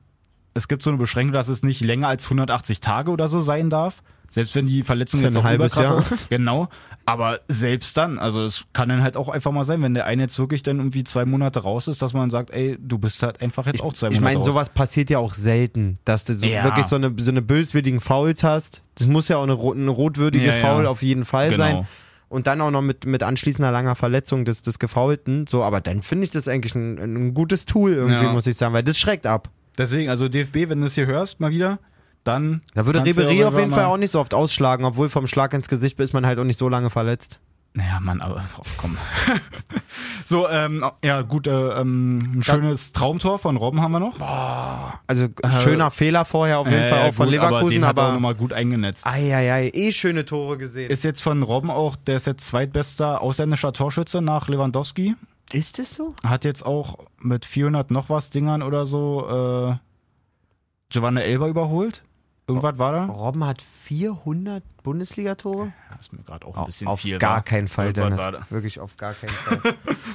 es gibt so eine Beschränkung, dass es nicht länger als 180 Tage oder so sein darf. Selbst wenn die Verletzung
Ist ja
jetzt
ein
auch
halbes
überkrass
Jahr.
ist. Genau. Aber selbst dann, also es kann dann halt auch einfach mal sein, wenn der eine jetzt wirklich dann irgendwie zwei Monate raus ist, dass man sagt, ey, du bist halt einfach jetzt auch zwei
ich
Monate
meine,
raus.
sowas passiert ja auch selten, dass du so
Ja.
wirklich so eine, so eine böswilligen Fouls hast. Das muss ja auch eine, ro- ein rotwürdiges
Ja, ja.
Foul auf jeden Fall
Genau.
sein. Und dann auch noch mit, mit anschließender langer Verletzung des, des Gefaulten. So, aber dann finde ich das eigentlich ein, ein gutes Tool irgendwie,
Ja.
muss ich sagen, weil das schreckt ab.
Deswegen, also DFB, wenn du es hier hörst, mal wieder, dann.
Da würde
kannst du
Ribery
ja
auf jeden
mal-
Fall auch nicht so oft ausschlagen, obwohl vom Schlag ins Gesicht ist man halt auch nicht so lange verletzt.
Naja, Mann, aber oh, komm. so, ähm, ja, gut, äh, ähm, ein schönes Traumtor von Robben haben wir noch. Auf
Also
Äh,
schöner Fehler vorher auf jeden Fall auch von
Aber
Leverkusen,
den hat er auch
aber.
nochmal gut eingenetzt.
Eieiei, eh schöne Tore gesehen.
Ist jetzt von Robben auch, der ist jetzt zweitbester ausländischer Torschütze nach Lewandowski.
ist das so?
Hat jetzt auch mit 400 noch was Dingern oder so äh, Giovanna Elber überholt. Irgendwas war da?
Robben hat 400 Bundesligatore?
Das Oh, ist mir gerade auch
Au-
ein bisschen
auf
viel.
gar
wa?
keinen Fall,
Irgendwann
Dennis.
war da-
Wirklich auf gar keinen Fall.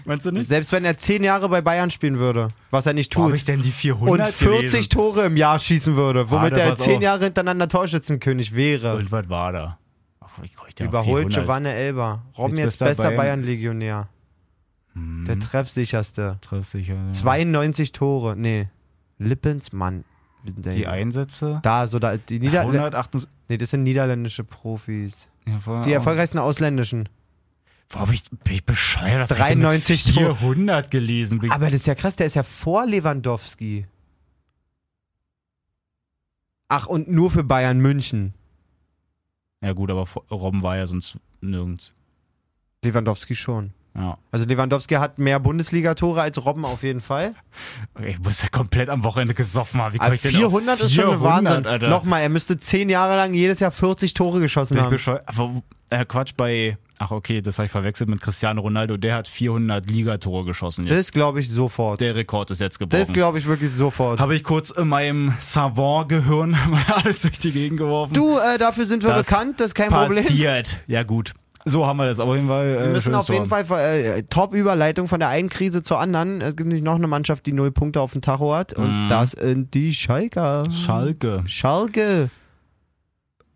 Meinst du nicht?
Selbst wenn er zehn Jahre bei Bayern spielen würde, was er nicht
Wo habe
tut.
ich denn die 400
Und 40
gelesen?
Tore im Jahr schießen würde, womit
Warte,
er
pass
zehn
auf.
Jahre hintereinander Torschützenkönig wäre.
Irgendwas war da. Ach, ich krieg da auf
Überholt
400.
Giovanni Elba. Robben
Jetzt
jetzt bester
bester
Bayern-Legionär.
Mhm.
Der treffsicherste.
Treffsicher, ja.
92 Tore. Nee. Lippensmann.
Die Einsätze?
Da, so da. Die Nieder
178.
nee, das sind niederländische Profis.
Ja, vorher
Die
auch.
erfolgreichsten ausländischen.
Boah, bin ich, bin ich bescheuert, das
93
ich denn
Tore.
mit 400 gelesen. Bin ich-
Aber das ist ja krass, der ist ja vor Lewandowski. Ach, und nur für Bayern München.
Ja gut, aber vor- Robben war ja sonst nirgends.
Lewandowski schon.
Ja.
Also Lewandowski hat mehr Bundesligatore als Robben auf jeden Fall.
Okay, Ich muss ja komplett am Wochenende gesoffen haben. Wie komm
Also
ich denn auf
400 ist schon ein
400,
Wahnsinn.
Alter?
Nochmal, er müsste zehn Jahre lang jedes Jahr 40 Tore geschossen
Bin ich
haben.
bescheuert? Aber, wo- äh, Quatsch, bei... Ach okay, das habe ich verwechselt mit Cristiano Ronaldo. Der hat 400 Ligatore geschossen. Jetzt.
Das glaube ich sofort.
Der Rekord ist jetzt
Das
gebrochen.
glaube ich wirklich sofort.
Habe ich kurz in meinem Savant-Gehirn mal alles durch die Gegend geworfen.
Du, äh, dafür sind wir
Das
bekannt, das ist kein Problem.
passiert. Ja gut. So haben wir das auf jeden Fall.
Wir
äh,
müssen
schönes
auf jeden
Tor.
Fall äh, Top-Überleitung von der einen Krise zur anderen. Es gibt nämlich noch eine Mannschaft, die null Punkte auf dem Tacho hat. Und
Mhm.
das sind die Schalker.
Schalke.
Schalke.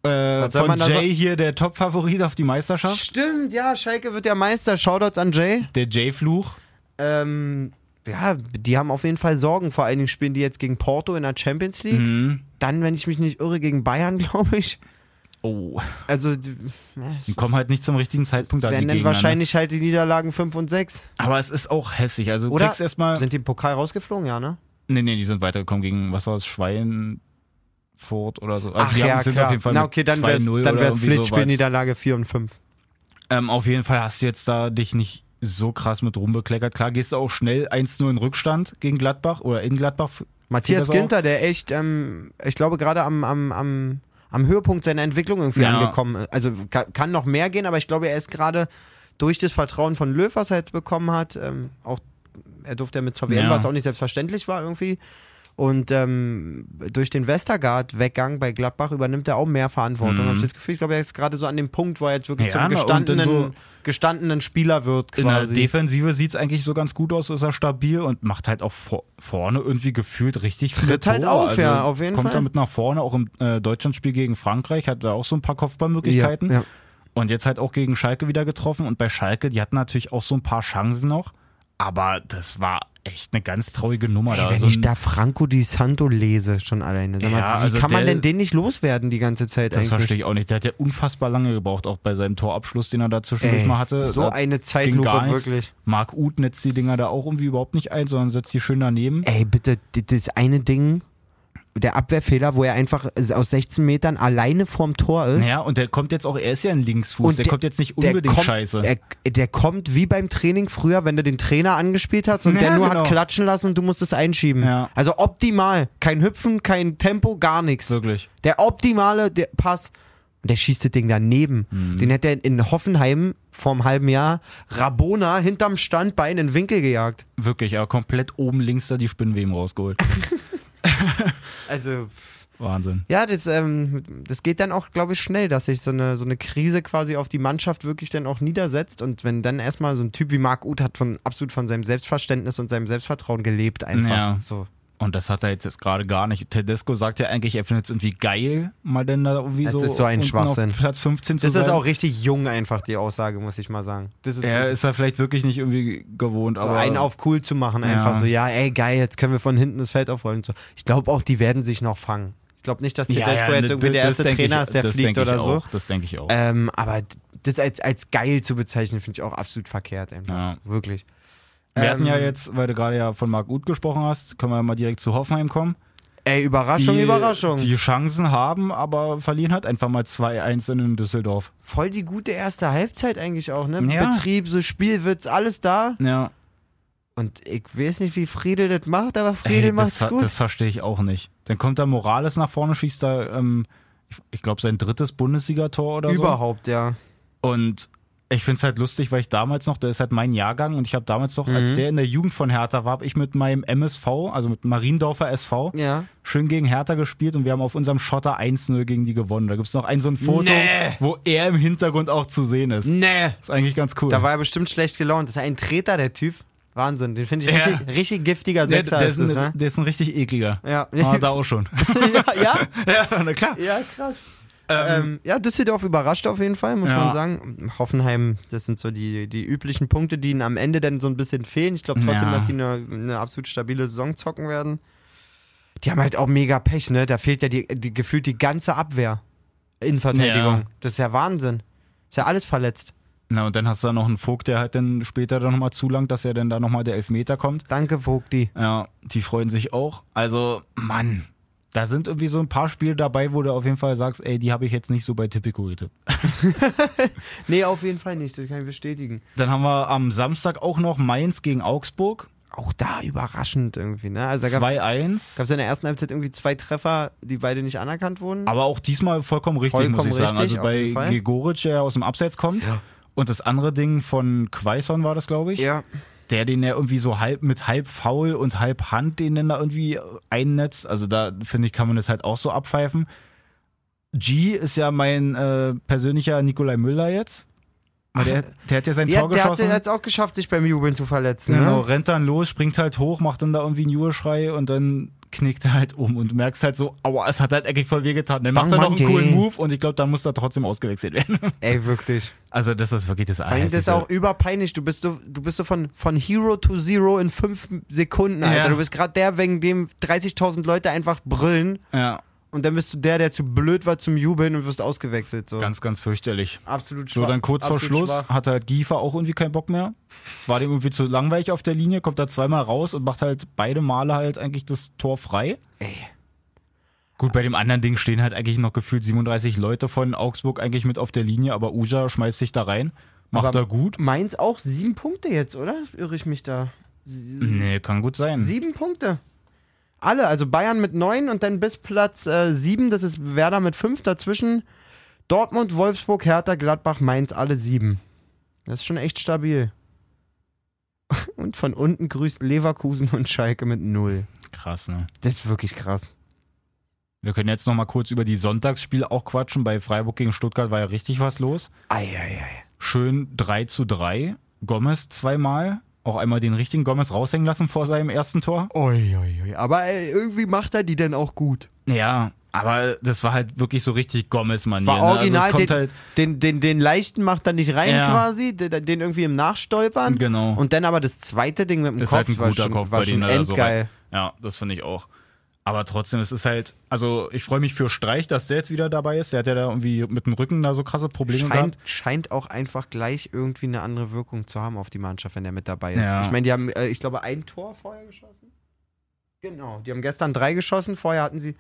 Äh,
Was soll man
von
da
Jay hier der Top-Favorit auf die Meisterschaft.
Stimmt, ja, Schalke wird ja Meister. Shoutouts an Jay.
Der Jay-Fluch.
Ähm, ja, die haben auf jeden Fall Sorgen. Vor allen Dingen spielen die jetzt gegen Porto in der Champions League.
Mhm.
Dann, wenn ich mich nicht irre, gegen Bayern, glaube ich.
Oh.
Also, die-
Die kommen halt nicht zum richtigen Zeitpunkt an die
werden dann
Gegner, ne?
wahrscheinlich halt die Niederlagen 5 und 6.
Aber es ist auch hässlich. Also du
Oder?
kriegst erstmal.
Sind die im Pokal rausgeflogen? Ja, ne?
Nee, nee, die sind weitergekommen gegen, was war es, Schweinfurt oder so. Also
Ach
die
ja,
haben, sind
klar.
auf jeden Fall
Na okay, dann
wäre
wär's, dann wär's Pflichtspiel
so
Niederlage 4 und 5.
ähm, Auf jeden Fall hast du jetzt da dich nicht so krass mit rumbekleckert. Klar gehst du auch schnell 1-0 in Rückstand gegen Gladbach oder in Gladbach
Matthias
Sieht das
Ginter, der echt, ähm, ich glaube, gerade am, am, am, am Höhepunkt seiner Entwicklung irgendwie
Ja.
angekommen ist. Also kann, kann noch mehr gehen, aber ich glaube, er ist gerade durch das Vertrauen von Löw, was er jetzt bekommen hat, ähm, auch er durfte ja mit zur WM,
Ja.
was auch nicht selbstverständlich war irgendwie. Und ähm, durch den Westergaard-Weggang bei Gladbach übernimmt er auch mehr Verantwortung.
Mhm.
Habe ich das Gefühl, ich glaube, er ist gerade so an dem Punkt, wo er jetzt
Ja,
wirklich zum
na, und dann
gestandenen,
so-
gestandenen Spieler wird.
In der
Quasi.
Defensive sieht es eigentlich so ganz gut aus, ist er stabil und macht halt auch vor, vorne irgendwie gefühlt richtig viele
Tritt halt
Tore.
auf, ja, auf jeden
kommt
Fall.
Kommt damit nach vorne, auch im äh, Deutschlandspiel gegen Frankreich, hat er auch so ein paar Kopfballmöglichkeiten.
Ja, ja.
Und jetzt halt auch gegen Schalke wieder getroffen und bei Schalke, die hatten natürlich auch so ein paar Chancen noch, aber das war echt eine ganz traurige Nummer.
Ey,
da. Also
wenn
so
ich
ein-
da Franco Di Santo lese, schon alleine. Sag mal,
Ja,
wie
also
kann man
der-
denn den nicht loswerden die ganze Zeit
das verstehe
eigentlich?
ich auch nicht. Der hat ja unfassbar lange gebraucht, auch bei seinem Torabschluss, den er da zwischendurch
Ey,
mal hatte.
so
Da
eine
ging
Zeitlupe,
gar nichts.
wirklich.
Marc Uth netzt die Dinger da auch irgendwie überhaupt nicht ein, sondern setzt die schön daneben.
Ey, bitte, d- das eine Ding, der Abwehrfehler, wo er einfach aus 16 Metern alleine vorm Tor ist.
Ja, und der kommt jetzt auch, er ist ja ein Linksfuß,
Und
der, kommt jetzt nicht
der
unbedingt
kommt-
scheiße.
Der, der kommt wie beim Training früher, wenn du den Trainer angespielt hast und
Ja,
der nur
genau.
hat klatschen lassen und du musst es einschieben.
Ja.
Also optimal. Kein Hüpfen, kein Tempo, gar nichts.
Wirklich.
Der optimale der Pass. Und der schießt das Ding daneben. Den hätte er in Hoffenheim vor einem halben Jahr Rabona hinterm Standbein in den Winkel gejagt.
Wirklich, aber komplett oben links da die Spinnweben rausgeholt.
Also,
Wahnsinn.
ja, das, ähm, das geht dann auch, glaube ich, schnell, dass sich so eine, so eine Krise quasi auf die Mannschaft wirklich dann auch niedersetzt. Und wenn dann erstmal so ein Typ wie Marc Uth hat von, absolut von seinem Selbstverständnis und seinem Selbstvertrauen gelebt, einfach.
Ja.
So.
Und das hat er jetzt, jetzt gerade gar nicht. Tedesco sagt ja eigentlich, er findet es irgendwie geil, mal denn da irgendwie
Das
so.
ist so ein
unten
Schwachsinn.
Auf Platz 15 zu
Das
sein.
ist auch richtig jung, einfach die Aussage, muss ich mal sagen. Das ist,
Er
so,
ist da vielleicht wirklich nicht irgendwie gewohnt,
so
aber.
einen auf cool zu machen,
Ja.
einfach so, ja, ey, geil, jetzt können wir von hinten das Feld aufrollen. und So. Ich glaube auch, die werden sich noch fangen. Ich glaube nicht, dass
Ja,
Tedesco
ja, ne,
jetzt irgendwie der
das
erste
denk
Trainer
ich-
ist, der
das denk
fliegt
ich
oder so.
auch, Das denke ich auch.
Ähm, aber d- das als, als geil zu bezeichnen, finde ich auch absolut verkehrt. Einfach.
Ja.
Wirklich.
Wir hatten ja
ähm,
jetzt, weil du gerade ja von Marc Uth gesprochen hast, können wir mal direkt zu Hoffenheim kommen.
Ey, Überraschung,
die,
Überraschung.
Die Chancen haben, aber verlieren halt einfach mal 2-1 in Düsseldorf.
Voll die gute erste Halbzeit eigentlich auch, ne?
Ja.
Betrieb, so Spielwitz, alles da.
Ja.
Und ich weiß nicht, wie Friedel das macht, aber Friedel
Ey, das,
macht's
ver-
gut.
das verstehe ich auch nicht. Dann kommt da Morales nach vorne, schießt da, ähm, ich, ich glaube, sein drittes Bundesligator oder
Überhaupt, ja.
so. Und ich finde es halt lustig, weil ich damals noch, der ist halt mein Jahrgang und ich habe damals noch,
Mhm.
als der in der Jugend von Hertha war, habe ich mit meinem MSV, also mit Mariendorfer SV,
Ja.
schön gegen Hertha gespielt und wir haben auf unserem Schotter 1-0 gegen die gewonnen. Da gibt es noch ein so ein Foto,
Nee.
wo er im Hintergrund auch zu sehen ist.
Nee.
Ist eigentlich ganz cool.
Da war er bestimmt schlecht gelaunt. Das ist ein Treter, der Typ. Wahnsinn. Den finde ich
Ja.
richtig, richtig giftiger
der,
Setzer.
der,
ist
ist
das,
ein,
ne?
der ist ein richtig ekliger.
Ja.
Ah, da auch schon.
ja, ja.
ja, na klar.
Ja, krass. Ähm, ja, Düsseldorf überrascht auf jeden Fall, muss
Ja.
man sagen. Hoffenheim, das sind so die, die üblichen Punkte, die ihnen am Ende dann so ein bisschen fehlen. Ich glaube trotzdem,
Ja.
dass sie eine, eine absolut stabile Saison zocken werden. Die haben halt auch mega Pech, ne? Da fehlt ja die, die, gefühlt die ganze Abwehr in Verteidigung.
Ja.
Das ist ja Wahnsinn. Ist ja alles verletzt.
Na, und dann hast du da noch einen Vogt, der halt dann später dann nochmal zulangt, dass er dann da nochmal der Elfmeter kommt.
Danke, Vogti.
Ja, die freuen sich auch. Also, Mann, da sind irgendwie so ein paar Spiele dabei, wo du auf jeden Fall sagst, ey, die habe ich jetzt nicht so bei Tipico getippt.
Nee, auf jeden Fall nicht. Das kann ich bestätigen.
Dann haben wir am Samstag auch noch Mainz gegen Augsburg.
Auch da überraschend irgendwie, ne? Also da gab
2-1.
es in der ersten Halbzeit irgendwie zwei Treffer, die beide nicht anerkannt wurden.
Aber auch diesmal vollkommen richtig, muss
Vollkommen
ich sagen.
richtig,
also
auf jeden
bei
Fall.
Gregoric, der aus dem Abseits kommt. Und das andere Ding von Quaison war das, glaube ich.
ja.
der den ja irgendwie so halb mit halb faul und halb Hand den dann da irgendwie einnetzt. Also da finde ich, kann man das halt auch so abpfeifen. G ist ja mein äh, persönlicher Nikolai Müller jetzt. Weil Der, der hat ja sein
Ja,
Tor
der hat
geschossen.
es auch geschafft, sich beim Jubeln zu verletzen.
genau,
Ne?
rennt dann los, springt halt hoch, macht dann da irgendwie einen Jubelschrei und dann knickt er halt um und du merkst halt so, aua, es hat halt eigentlich voll wehgetan. Dann macht er
Bang,
noch einen
Monkey.
coolen Move und ich glaube, dann muss er trotzdem ausgewechselt werden.
Ey, wirklich.
Also das ist wirklich das
Vor allem, das ist
Allerhässlichste.
auch überpeinlich. Du bist so, du bist so von, von Hero to Zero in fünf Sekunden, Alter.
Ja.
Du bist gerade der, wegen dem 30.000 Leute einfach brüllen.
Ja,
Und dann bist du der, der zu blöd war zum Jubeln und wirst ausgewechselt. So.
ganz, ganz fürchterlich.
absolut
So,
schwach.
dann kurz vor
Absolut
Schluss
schwach.
hat halt Giefer auch irgendwie keinen Bock mehr. War dem irgendwie zu langweilig auf der Linie, kommt da zweimal raus und macht halt beide Male halt eigentlich das Tor frei.
Ey.
Gut, bei dem anderen Ding stehen halt eigentlich noch gefühlt 37 Leute von Augsburg eigentlich mit auf der Linie, aber Uja schmeißt sich da rein. Macht
Aber-
er gut?
Mainz auch sieben Punkte jetzt, oder? Irre ich mich da?
Nee, kann gut sein.
Sieben Punkte. Alle, also Bayern mit neun und dann bis Platz äh, sieben, das ist Werder mit fünf dazwischen. Dortmund, Wolfsburg, Hertha, Gladbach, Mainz, alle sieben. Das ist schon echt stabil. Und von unten grüßt Leverkusen und Schalke mit null.
Krass, ne?
Das ist wirklich krass.
Wir können jetzt noch mal kurz über die Sonntagsspiele auch quatschen. Bei Freiburg gegen Stuttgart war ja richtig was los.
Eieiei.
schön 3 zu 3. Gomez zweimal. Auch einmal den richtigen Gomez raushängen lassen vor seinem ersten Tor.
Uiuiui. Aber äh, irgendwie macht er die dann auch gut.
Ja, aber das war halt wirklich so richtig Gomez-Manier.
War
ne?
original.
Also es kommt
den,
halt,
den, den, den leichten macht er nicht rein
Ja.
quasi, den, den irgendwie im Nachstolpern.
Genau.
Und dann aber das zweite Ding mit dem
das ist
Kopf
halt ein
war
guter
schon,
Kopf
war
bei
schon
denen da so
endgeil.
rein. Ja, das finde ich auch. Aber trotzdem, es ist halt, also ich freue mich für Streich, dass der jetzt wieder dabei ist. Der hat ja da irgendwie mit dem Rücken da so krasse Probleme
scheint,
gehabt.
scheint auch einfach gleich irgendwie eine andere Wirkung zu haben auf die Mannschaft, wenn er mit dabei ist.
Ja.
Ich meine, die haben, äh, ich glaube, ein Tor vorher geschossen. Genau, die haben gestern drei geschossen, vorher hatten sie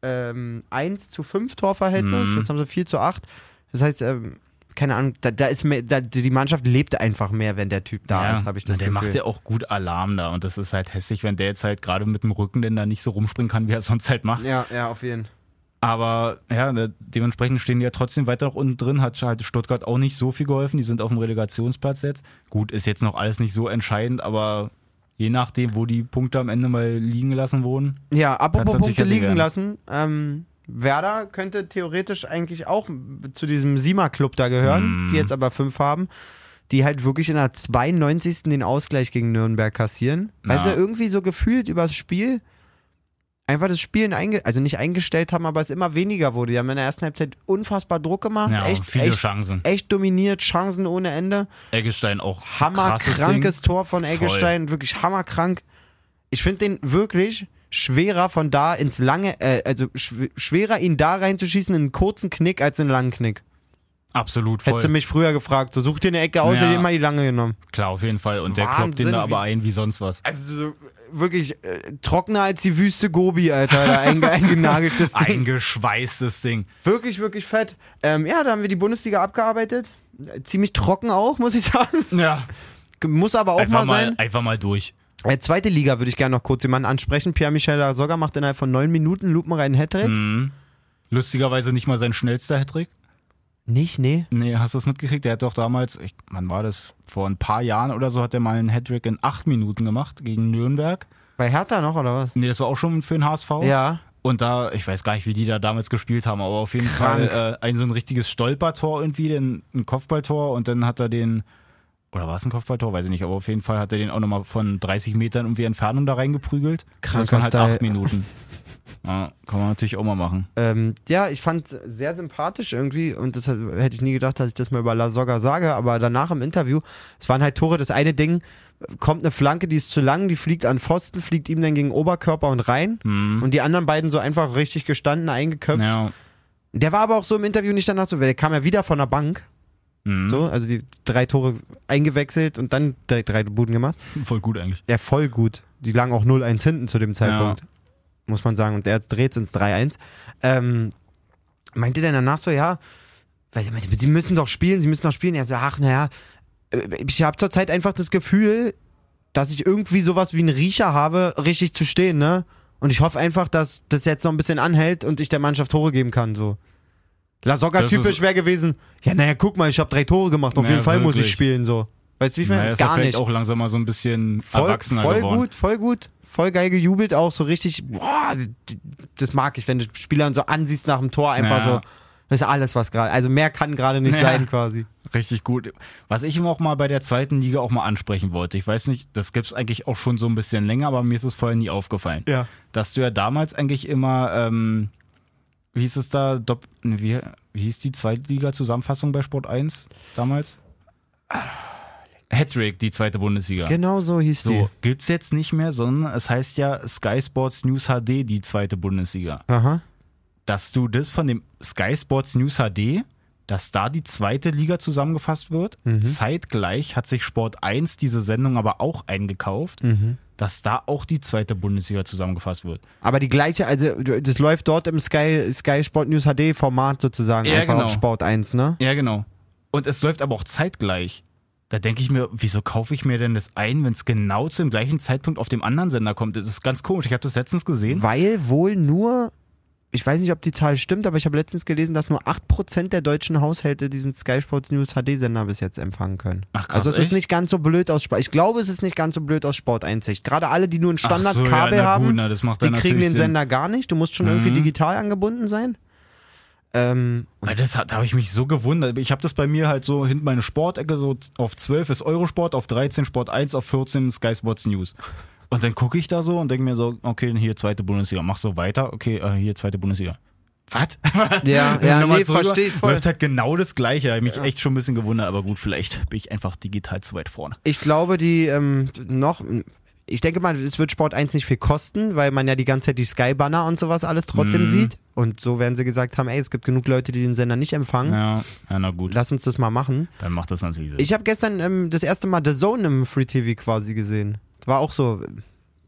ähm, 1 zu 5 Torverhältnis,
Mhm.
jetzt haben sie 4 zu 8. Das heißt, ähm, keine Ahnung, da, da ist mehr, da, die Mannschaft lebt einfach mehr, wenn der Typ da ist, habe ich das
der
Gefühl.
macht ja auch gut Alarm da und das ist halt hässlich, wenn der jetzt halt gerade mit dem Rücken denn da nicht so rumspringen kann, wie er sonst halt macht.
ja, ja, auf jeden Fall.
Aber ja, ne, dementsprechend stehen die ja trotzdem weiter noch unten drin. Hat halt Stuttgart auch nicht so viel geholfen. Die sind auf dem Relegationsplatz jetzt. Gut, ist jetzt noch alles nicht so entscheidend, aber je nachdem, wo die Punkte am Ende mal liegen gelassen wurden.
Ja, apropos
natürlich
Punkte
hätte
liegen
werden.
lassen. Ähm, Werder könnte theoretisch eigentlich auch zu diesem Sima-Club da gehören,
Mhm.
die jetzt aber fünf haben, die halt wirklich in der 92. den Ausgleich gegen Nürnberg kassieren, weil
Ja.
sie irgendwie so gefühlt übers Spiel einfach das Spielen, einge also nicht eingestellt haben, aber es immer weniger wurde. Die haben in der ersten Halbzeit unfassbar Druck gemacht,
Ja,
echt,
viele
echt,
Chancen.
echt dominiert, Chancen ohne Ende.
Eggestein auch. krasses
Hammerkrankes
Ding.
Tor von Eggestein, wirklich hammerkrank. Ich finde den wirklich schwerer von da ins lange, äh, also schw schwerer ihn da reinzuschießen in einen kurzen Knick als in einen langen Knick.
Absolut
Hättest du
voll.
mich früher gefragt, so such dir eine Ecke aus,
Ja.
hätte ich mal die lange genommen.
Klar, auf jeden Fall. Und der
Wahnsinn,
kloppt den da
wie-
aber ein wie sonst was.
Also so, äh, wirklich äh, trockener als die Wüste Gobi, Alter, da einge eingenageltes Ding.
Eingeschweißtes Ding.
Wirklich, wirklich fett. Ähm, ja, da haben wir die Bundesliga abgearbeitet. Äh, Ziemlich trocken auch, muss ich sagen.
Ja.
Muss aber auch
Einfach
mal sein.
mal, einfach mal durch.
Äh, zweite Liga würde ich gerne noch kurz jemanden ansprechen. Pierre-Michel Sogar macht innerhalb von neun Minuten lupenreinen Hattrick.
Hm. Lustigerweise nicht mal sein schnellster Hattrick.
Nicht, nee.
Nee, hast du das mitgekriegt? Der hat doch damals, ich, wann war das? Vor ein paar Jahren oder so hat er mal einen Hattrick in acht Minuten gemacht gegen Nürnberg.
Bei Hertha noch, oder was? Oh.
Nee, das war auch schon für den HSV.
Ja.
Und da, ich weiß gar nicht, wie die da damals gespielt haben, aber auf jeden
Krank.
Fall äh, ein so ein richtiges Stolpertor irgendwie, den, ein Kopfballtor und dann hat er den, oder war es ein Kopfballtor? Weiß ich nicht, aber auf jeden Fall hat er den auch nochmal von 30 Metern irgendwie Entfernung da reingeprügelt.
Kranker
das waren halt
Style.
acht Minuten. Ja, kann man natürlich auch mal machen.
Ähm, ja, ich fand sehr sympathisch irgendwie und das hat- hätte ich nie gedacht, dass ich das mal über La Soga sage, aber danach im Interview, es waren halt Tore, das eine Ding, kommt eine Flanke, die ist zu lang, die fliegt an Pfosten, fliegt ihm dann gegen Oberkörper und rein und die anderen beiden so einfach richtig gestanden, eingeköpft.
Ja,
Der war aber auch so im Interview nicht danach so, weil der kam ja wieder von der Bank,
mhm.
so, also die drei Tore eingewechselt und dann direkt drei Buden gemacht.
voll gut eigentlich.
Ja, voll gut. Die lagen auch 0-1 hinten zu dem Zeitpunkt. Muss man sagen. Und der dreht ins 3-1. Ähm, meinte dann danach so, ja, weil er meinte, sie müssen doch spielen, sie müssen doch spielen. Er so, ach, naja, ich habe zurzeit einfach das Gefühl, dass ich irgendwie sowas wie einen Riecher habe, richtig zu stehen, ne? Und ich hoffe einfach, dass das jetzt noch ein bisschen anhält und ich der Mannschaft Tore geben kann, so. La Soga
Das
typisch
ist-
wäre gewesen, ja, naja, guck mal, ich habe drei Tore gemacht, auf
Naja,
jeden Fall muss ich
wirklich.
spielen, so. Weißt du, wie ich meine?
Naja, Ne, ist ja
Gar
vielleicht
nicht
auch langsam mal so ein bisschen erwachsener
voll
geworden.
gut, voll gut, voll geil gejubelt, auch so richtig, boah, das mag ich, wenn du Spielern so ansiehst nach dem Tor, einfach
Ja.
so, das ist alles, was gerade, also mehr kann gerade nicht
Ja.
sein quasi.
Richtig gut. Was ich immer auch mal bei der zweiten Liga auch mal ansprechen wollte, ich weiß nicht, das gibt's eigentlich auch schon so ein bisschen länger, aber mir ist es vorher nie aufgefallen.
Ja.
Dass du ja damals eigentlich immer, ähm, wie hieß es da, Dopp ne, wie, wie hieß die Zweitliga-Zusammenfassung bei Sport 1 damals? Hattrick, die zweite Bundesliga.
Genau so hieß
So, gibt's jetzt nicht mehr, sondern es heißt ja Sky Sports News HD, die zweite Bundesliga
die. Aha.
dass du das von dem Sky Sports News HD, dass da die zweite Liga zusammengefasst wird. Zeitgleich hat sich Sport 1 diese Sendung aber auch eingekauft, dass da auch die zweite Bundesliga zusammengefasst wird.
Aber die gleiche, also das läuft dort im Sky, Sky Sport News HD Format sozusagen,
Ja,
einfach
genau.
auf Sport 1, ne?
Ja, genau. Und es läuft aber auch zeitgleich. Da denke ich mir, wieso kaufe ich mir denn das ein, wenn es genau zum gleichen Zeitpunkt auf dem anderen Sender kommt? Das ist ganz komisch. Ich habe das letztens gesehen.
Weil wohl nur, ich weiß nicht, ob die Zahl stimmt, aber ich habe letztens gelesen, dass nur 8% der deutschen Haushalte diesen Sky Sports News HD-Sender bis jetzt empfangen können.
Ach, krass,
also es ist
echt?
nicht ganz so blöd aus Sport. Ich glaube, es ist nicht ganz so blöd aus Sporteinsicht. Gerade alle, die nur ein
Ach so,
Standardkabel
ja, na gut,
haben,
na, das macht
die
dann
kriegen
natürlich
den
Sinn. Mhm.
Sender gar nicht. Du musst schon irgendwie digital angebunden sein. Ähm,
Weil das hat, da habe ich mich so gewundert. Ich habe das bei mir halt so hinten meine Sportecke, so auf 12 ist Eurosport, auf 13 Sport 1, auf 14 Sky Sports News. Und dann gucke ich da so und denke mir so, okay, hier zweite Bundesliga, mach so weiter, okay, äh, hier zweite Bundesliga. Was?
ja, ja,
Nochmal
nee,
zurück.
verstehe ich voll.
Läuft halt genau das Gleiche. Da habe ich mich echt schon ein bisschen gewundert, aber gut, vielleicht bin ich einfach digital zu weit vorne.
Ich glaube, die ähm, noch. Ich denke mal, es wird Sport 1 nicht viel kosten, weil man ja die ganze Zeit die Sky-Banner und sowas alles trotzdem sieht. Und so werden sie gesagt haben: ey, es gibt genug Leute, die den Sender nicht empfangen.
Ja, ja na gut,
Lass uns das mal machen.
dann macht das natürlich Sinn.
Ich habe gestern ähm, das erste Mal The Zone im Free TV quasi gesehen. War auch so. äh,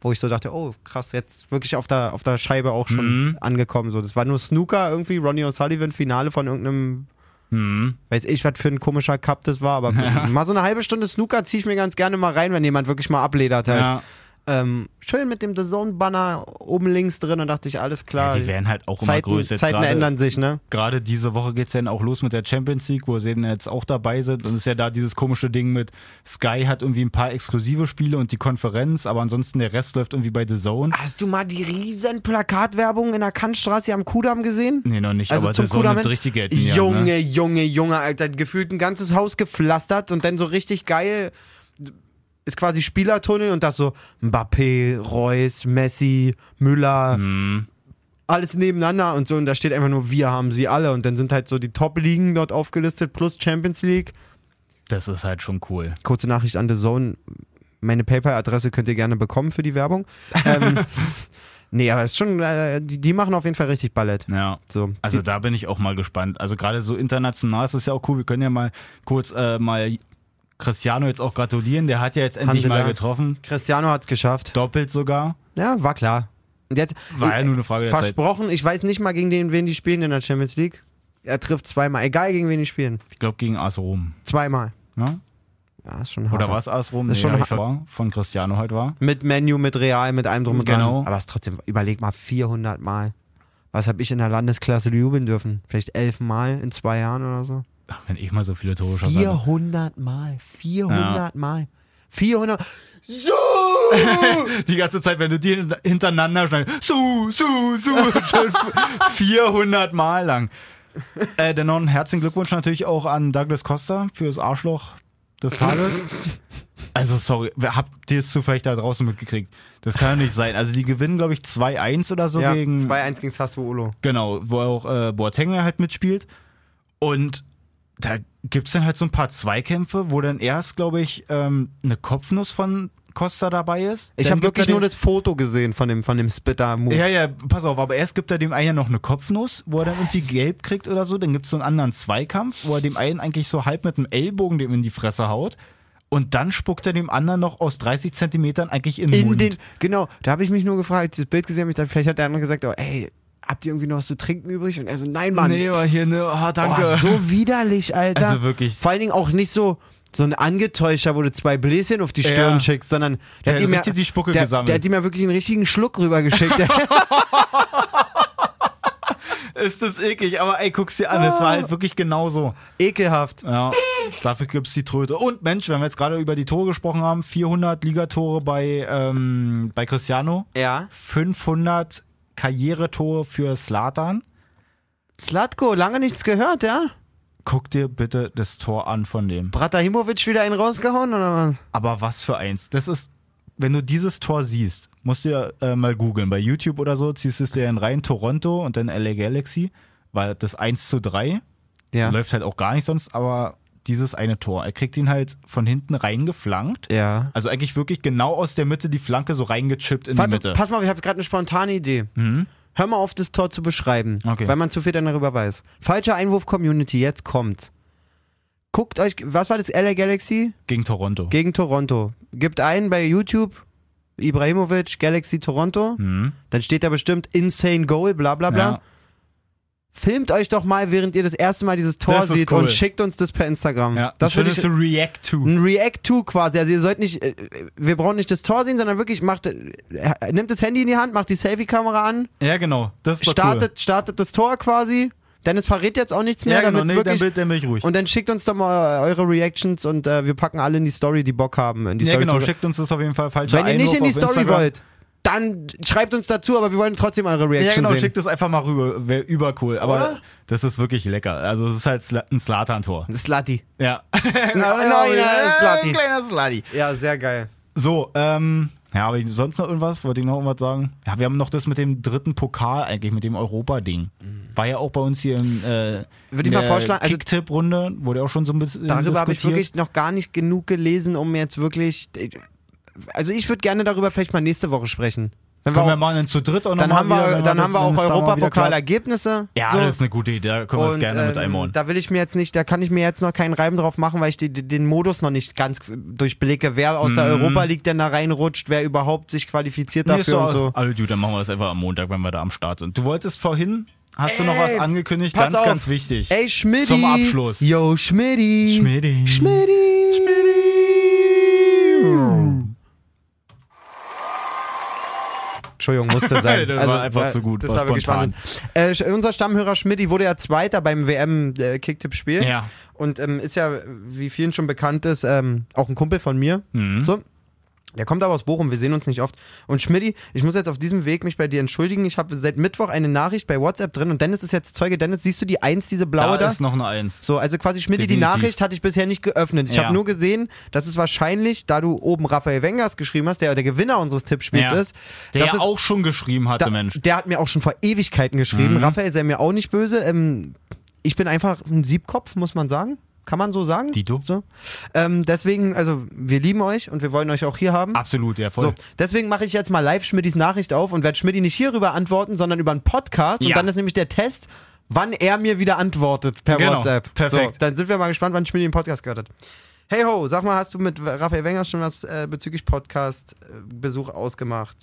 wo ich so dachte, oh krass, jetzt wirklich auf der, auf der Scheibe auch schon
Mhm.
angekommen. So, das war nur Snooker irgendwie, Ronnie O'Sullivan, Finale von irgendeinem,
Hm.
weiß ich, was für ein komischer Cup das war, aber mal so eine halbe Stunde Snooker ziehe ich mir ganz gerne mal rein, wenn jemand wirklich mal abledert halt.
Ja.
Ähm, schön mit dem The Zone-Banner oben links drin und dachte ich, alles klar.
ja, die werden halt auch immer
Zeiten,
größer. Jetzt
Zeiten
gerade-
ändern sich, ne?
Gerade diese Woche geht es dann auch los mit der Champions League, wo sie dann jetzt auch dabei sind. Und es ist ja da dieses komische Ding mit Sky hat irgendwie ein paar exklusive Spiele und die Konferenz, aber ansonsten der Rest läuft irgendwie bei The Zone.
Hast du mal die riesen Plakatwerbung in der Kantstraße am Kudamm gesehen?
Nee, noch nicht, aber The Zone
Kudamm
nimmt
hin?
richtig Geld. in die Hand,
Also Junge,
ne?
Junge, Junge, Alter. Gefühlt ein ganzes Haus gepflastert und dann so richtig geil ist quasi Spielertunnel und das so Mbappé, Reus, Messi, Müller,
Mhm.
alles nebeneinander und so. Und da steht einfach nur, wir haben sie alle. Und dann sind halt so die Top-Ligen dort aufgelistet plus Champions League.
Das ist halt schon cool.
Kurze Nachricht an The Zone. Meine PayPal-Adresse könnt ihr gerne bekommen für die Werbung. ähm, nee, aber ist schon, äh, die, die machen auf jeden Fall richtig Ballett.
Ja.
So.
Also da bin ich auch mal gespannt. Also gerade so international ist es ja auch cool. Wir können ja mal kurz äh, mal Cristiano jetzt auch gratulieren. Der hat ja jetzt endlich
sie
mal
da?
getroffen.
Cristiano hat's geschafft.
Doppelt sogar.
Ja, war klar. Und jetzt,
War ja nur eine Frage der Zeit.
versprochen, ich weiß nicht mal, gegen den, wen die spielen in der Champions League. Er trifft zweimal, egal gegen wen die spielen.
Ich glaube gegen AS Rom. ne?
Zweimal.
Ja?
Ja, ist schon hart.
Oder war es AS Rom?
Das ist schon
hab ich
hart.
war, von Cristiano halt war.
Mit Menu, mit Real, mit allem drum und
Genau.
dran. Aber es trotzdem, überleg mal, 400 Mal. Was habe ich in der Landesklasse jubeln dürfen? Vielleicht elf Mal in zwei Jahren oder so.
Ach, wenn ich mal so viele Tore schosse.
400 Mal. 400 Mal. 400. So!
Die ganze Zeit, wenn du die hin- hintereinander schneidest, su, su, su, schon 400 Mal lang. Äh, dennoch einen herzlichen Glückwunsch natürlich auch an Douglas Costa fürs Arschloch des Tages. Also sorry, wer- habt ihr es zufällig da draußen mitgekriegt? Das kann ja nicht sein. Also die gewinnen, glaube ich, 2-1 oder so
Ja,
gegen
2-1 gegen Sassuolo.
Genau, wo auch äh, Boateng ja halt mitspielt. Und da gibt es dann halt so ein paar Zweikämpfe, wo dann erst, glaube ich, ähm, eine Kopfnuss von Costa dabei ist.
Ich
Dann
habe
gibt er
wirklich nur
den-
das Foto gesehen von dem, von dem Spitter-Move.
Ja, ja, pass auf, aber erst gibt er dem einen ja noch eine Kopfnuss, wo er dann irgendwie gelb kriegt oder so. Dann gibt es so einen anderen Zweikampf, wo er dem einen eigentlich so halb mit dem Ellbogen dem in die Fresse haut. Und dann spuckt er dem anderen noch aus 30 Zentimetern eigentlich in den
in
Mund.
den. Genau, da habe ich mich nur gefragt, als ich das Bild gesehen habe, ich dachte, vielleicht hat der andere gesagt, oh, ey, habt ihr irgendwie noch was zu trinken übrig? Und er so, nein, Mann.
Nee, aber hier, ne, ah,
oh,
danke.
so widerlich, Alter.
Also wirklich.
Vor allen Dingen auch nicht so. So ein Angetäuschter, wo du zwei Bläschen auf die Stirn
Ja.
schickst, sondern
Der
der,
hat
hat ihm ja,
richtig die Spucke
der,
gesammelt.
der hat ihm ja wirklich einen richtigen Schluck rübergeschickt.
Ist das eklig, aber ey, guck's dir an, es
Ah.
war halt wirklich genauso.
Ekelhaft.
Ja, dafür gibt's die Tröte. Und Mensch, wenn wir jetzt gerade über die Tore gesprochen haben, 400 Ligatore bei, ähm, bei Cristiano,
Ja.
500 Karrieretore für Slatan.
Slatko, lange nichts gehört, ja?
Guck dir bitte das Tor an von dem.
Bratahimovic wieder einen rausgehauen oder was?
Aber was für eins. Das ist, wenn du dieses Tor siehst, musst du ja äh, mal googeln. Bei YouTube oder so ziehst du es dir dann rein, Toronto und dann LA Galaxy, weil das 1 zu 3
Ja.
läuft halt auch gar nicht sonst, aber dieses eine Tor. Er kriegt ihn halt von hinten reingeflankt.
Ja.
Also eigentlich wirklich genau aus der Mitte die Flanke so reingechippt in die
Warte,
Mitte. Mhm.
pass mal, ich habe gerade eine spontane Idee. Hör mal auf, das Tor zu beschreiben,
Okay.
weil man zu viel dann darüber weiß. Falscher Einwurf Community, jetzt kommt. Guckt euch, was war das LA Galaxy
Gegen Toronto.
gegen Toronto? Gibt ein bei YouTube Ibrahimovic Galaxy Toronto,
Mhm.
dann steht da bestimmt Insane Goal, bla bla bla.
Ja.
Filmt euch doch mal, während ihr das erste Mal dieses Tor
Das ist
seht
cool.
und schickt uns das per Instagram.
Ja.
das würde
würdest
ich
du React to.
ein React to quasi. Also ihr sollt nicht, äh, wir brauchen nicht das Tor sehen, sondern wirklich macht, äh, nimmt das Handy in die Hand, macht die Selfie-Kamera an,
Ja, genau. Das ist doch
startet, startet das Tor quasi. Dennis verrät jetzt auch nichts
cool.
mehr,
Ja, genau.
damit's
Nee, dann
wirklich.
bin, dann bin ich ruhig.
und dann schickt uns doch mal eure Reactions und äh, wir packen alle in die Story, die Bock haben. In die
ja,
Story
genau.
zu-
Schickt uns das auf jeden Fall falsch.
Wenn ihr nicht in die Story wollt, dann schreibt uns dazu, aber wir wollen trotzdem eure
Ja,
Reaction
genau,
sehen.
schickt es einfach mal rüber. Wäre übercool. Aber
Oder?
das ist wirklich lecker. Also es ist halt Sla- ein Slatan-Tor.
Slutty.
Ja.
Nein, nein, nein,
Ein
Slutty.
kleiner Slati.
Ja, sehr geil.
So, ähm, ja, habe ich sonst noch irgendwas? Wollte ich noch irgendwas sagen? Ja, wir haben noch das mit dem dritten Pokal eigentlich, mit dem Europa-Ding. War ja auch bei uns hier im äh,
Mhm. Würde ich mal vorschlagen, also-
Kicktipp-Runde wurde auch schon so ein bisschen
Darüber habe
diskutiert.
ich wirklich noch gar nicht genug gelesen, um jetzt wirklich. Also ich würde gerne darüber vielleicht mal nächste Woche sprechen. Dann,
Können
war
wir
auch-
mal einen zu dritt und
dann haben wir, dann haben wir auch Europapokalergebnisse.
Ja,
so.
das ist eine gute Idee. Da können wir es
Und,
gerne mit
ähm,
einbauen.
Da will ich mir jetzt nicht, da kann ich mir jetzt noch keinen Reim drauf machen, weil ich die, die, den Modus noch nicht ganz durchblicke. Wer aus der Europa League denn da reinrutscht, wer überhaupt sich qualifiziert
Nee, Mhm. ist
dafür also,
doch-
und so.
Alle gut, Also, dann machen wir das einfach am Montag, wenn wir da am Start sind. Du wolltest vorhin, hast du noch was
Ey,
angekündigt?
pass
Ganz,
auf.
ganz wichtig.
Ey, Schmidti!
Zum Abschluss.
Yo, Schmidti!
Schmidti.
Schmidti! Schmidti! Entschuldigung, musste sein.
Das war einfach
weil-
zu gut,
Das
war
war wirklich
spontan.
Wahnsinn. Äh, Sch- unser Stammhörer Schmidti wurde ja Zweiter beim WM-Kicktipp-Spiel.
Ja.
Und ähm, ist ja, wie vielen schon bekannt ist, ähm, auch ein Kumpel von mir.
Mhm.
So. Der kommt aber aus Bochum, wir sehen uns nicht oft. Und Schmidti, ich muss jetzt auf diesem Weg mich bei dir entschuldigen. Ich habe seit Mittwoch eine Nachricht bei WhatsApp drin und Dennis ist jetzt Zeuge. Dennis, siehst du die Eins, diese
da
blaue da?
ist noch eine Eins.
So, also quasi Schmidt, die
Definitiv.
Nachricht hatte ich bisher nicht geöffnet. Ich
Ja.
habe nur gesehen, dass es wahrscheinlich, da du oben Raphael Wengers geschrieben hast, der der Gewinner unseres Tippspiels
Ja.
ist,
Der
das
ja
ist
auch schon geschrieben hatte,
da,
Mensch.
der hat mir auch schon vor Ewigkeiten geschrieben. Raphael sei mir auch nicht böse. Ähm, ich bin einfach ein Siebkopf, muss man sagen. Kann man so sagen?
Dito.
So. Ähm, deswegen, also wir lieben euch und wir wollen euch auch hier haben.
Absolut, ja, voll.
So, deswegen mache ich jetzt mal live Schmidtis Nachricht auf und werde Schmidti nicht hierüber antworten, sondern über einen Podcast. Und
Ja.
dann ist nämlich der Test, wann er mir wieder antwortet per
Genau,
WhatsApp.
perfekt.
So, dann sind wir mal gespannt, wann Schmidti den Podcast gehört hat. Hey ho, sag mal, hast du mit Raphael Wengers schon was äh, bezüglich Podcast-Besuch ausgemacht?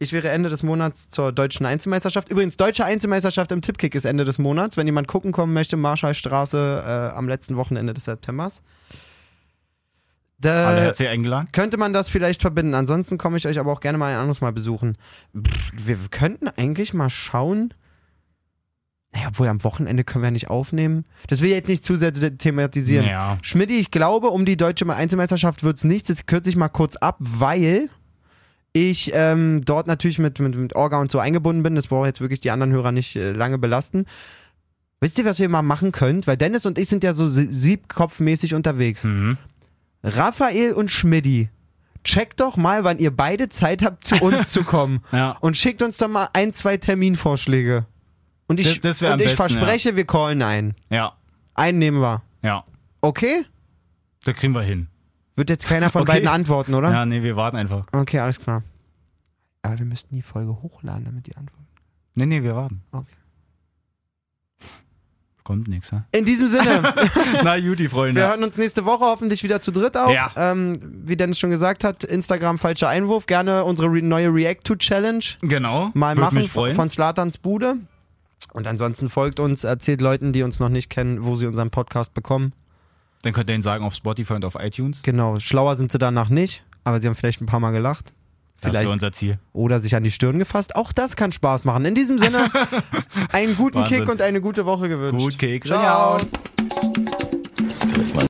Ich wäre Ende des Monats zur deutschen Einzelmeisterschaft. Übrigens, deutsche Einzelmeisterschaft im Tippkick ist Ende des Monats. Wenn jemand gucken kommen möchte, Marschallstraße äh, am letzten Wochenende des Septembers. Da- äh,
Alle herzlich eingeladen.
könnte man das vielleicht verbinden? Ansonsten komme ich euch aber auch gerne mal ein anderes Mal besuchen. Pff, wir könnten eigentlich mal schauen. Naja, obwohl am Wochenende können wir ja nicht aufnehmen. Das will ich jetzt nicht zu sehr de- thematisieren.
Ja.
Schmidti, ich glaube, um die deutsche Einzelmeisterschaft wird es nichts. Das kürze ich mal kurz ab, weil ich ähm, dort natürlich mit, mit, mit Orga und so eingebunden bin. Das brauche jetzt wirklich die anderen Hörer nicht äh, lange belasten. Wisst ihr, was wir mal machen könnt? Weil Dennis und ich sind ja so sie- siebkopfmäßig unterwegs. ne?
Mhm.
Raphael und Schmidti, checkt doch mal, wann ihr beide Zeit habt, zu uns zu kommen.
Ja.
Und schickt uns doch mal ein, zwei Terminvorschläge. Und ich,
Das- das wär
und
am besten,
ich verspreche, wir callen ein.
Ja.
Einen nehmen wir.
Ja.
Okay?
Da kriegen wir hin.
Wird jetzt keiner von
Okay.
beiden antworten, oder?
Ja, nee, wir warten einfach.
Okay, alles klar. Aber wir müssten die Folge hochladen, damit die antworten.
Nee, nee, wir warten.
Okay.
Kommt nix, hä?
In diesem Sinne,
Na, Juti, Freunde.
wir hören uns nächste Woche hoffentlich wieder zu dritt auf.
Ja.
Ähm, wie Dennis schon gesagt hat, Instagram falscher Einwurf. Gerne unsere re neue React-to-Challenge.
Genau.
mal
Würde
machen
mich freuen.
von Slatans Bude. Und ansonsten folgt uns, erzählt Leuten, die uns noch nicht kennen, wo sie unseren Podcast bekommen.
Dann könnt ihr ihn sagen auf Spotify und auf iTunes.
Genau, schlauer sind sie danach nicht, aber sie haben vielleicht ein paar Mal gelacht.
Das ist
Vielleicht.
ja unser Ziel.
Oder sich an die Stirn gefasst. Auch das kann Spaß machen. In diesem Sinne, einen guten
Wahnsinn.
Kick und eine gute Woche gewünscht.
Gut, Kick.
Ciao.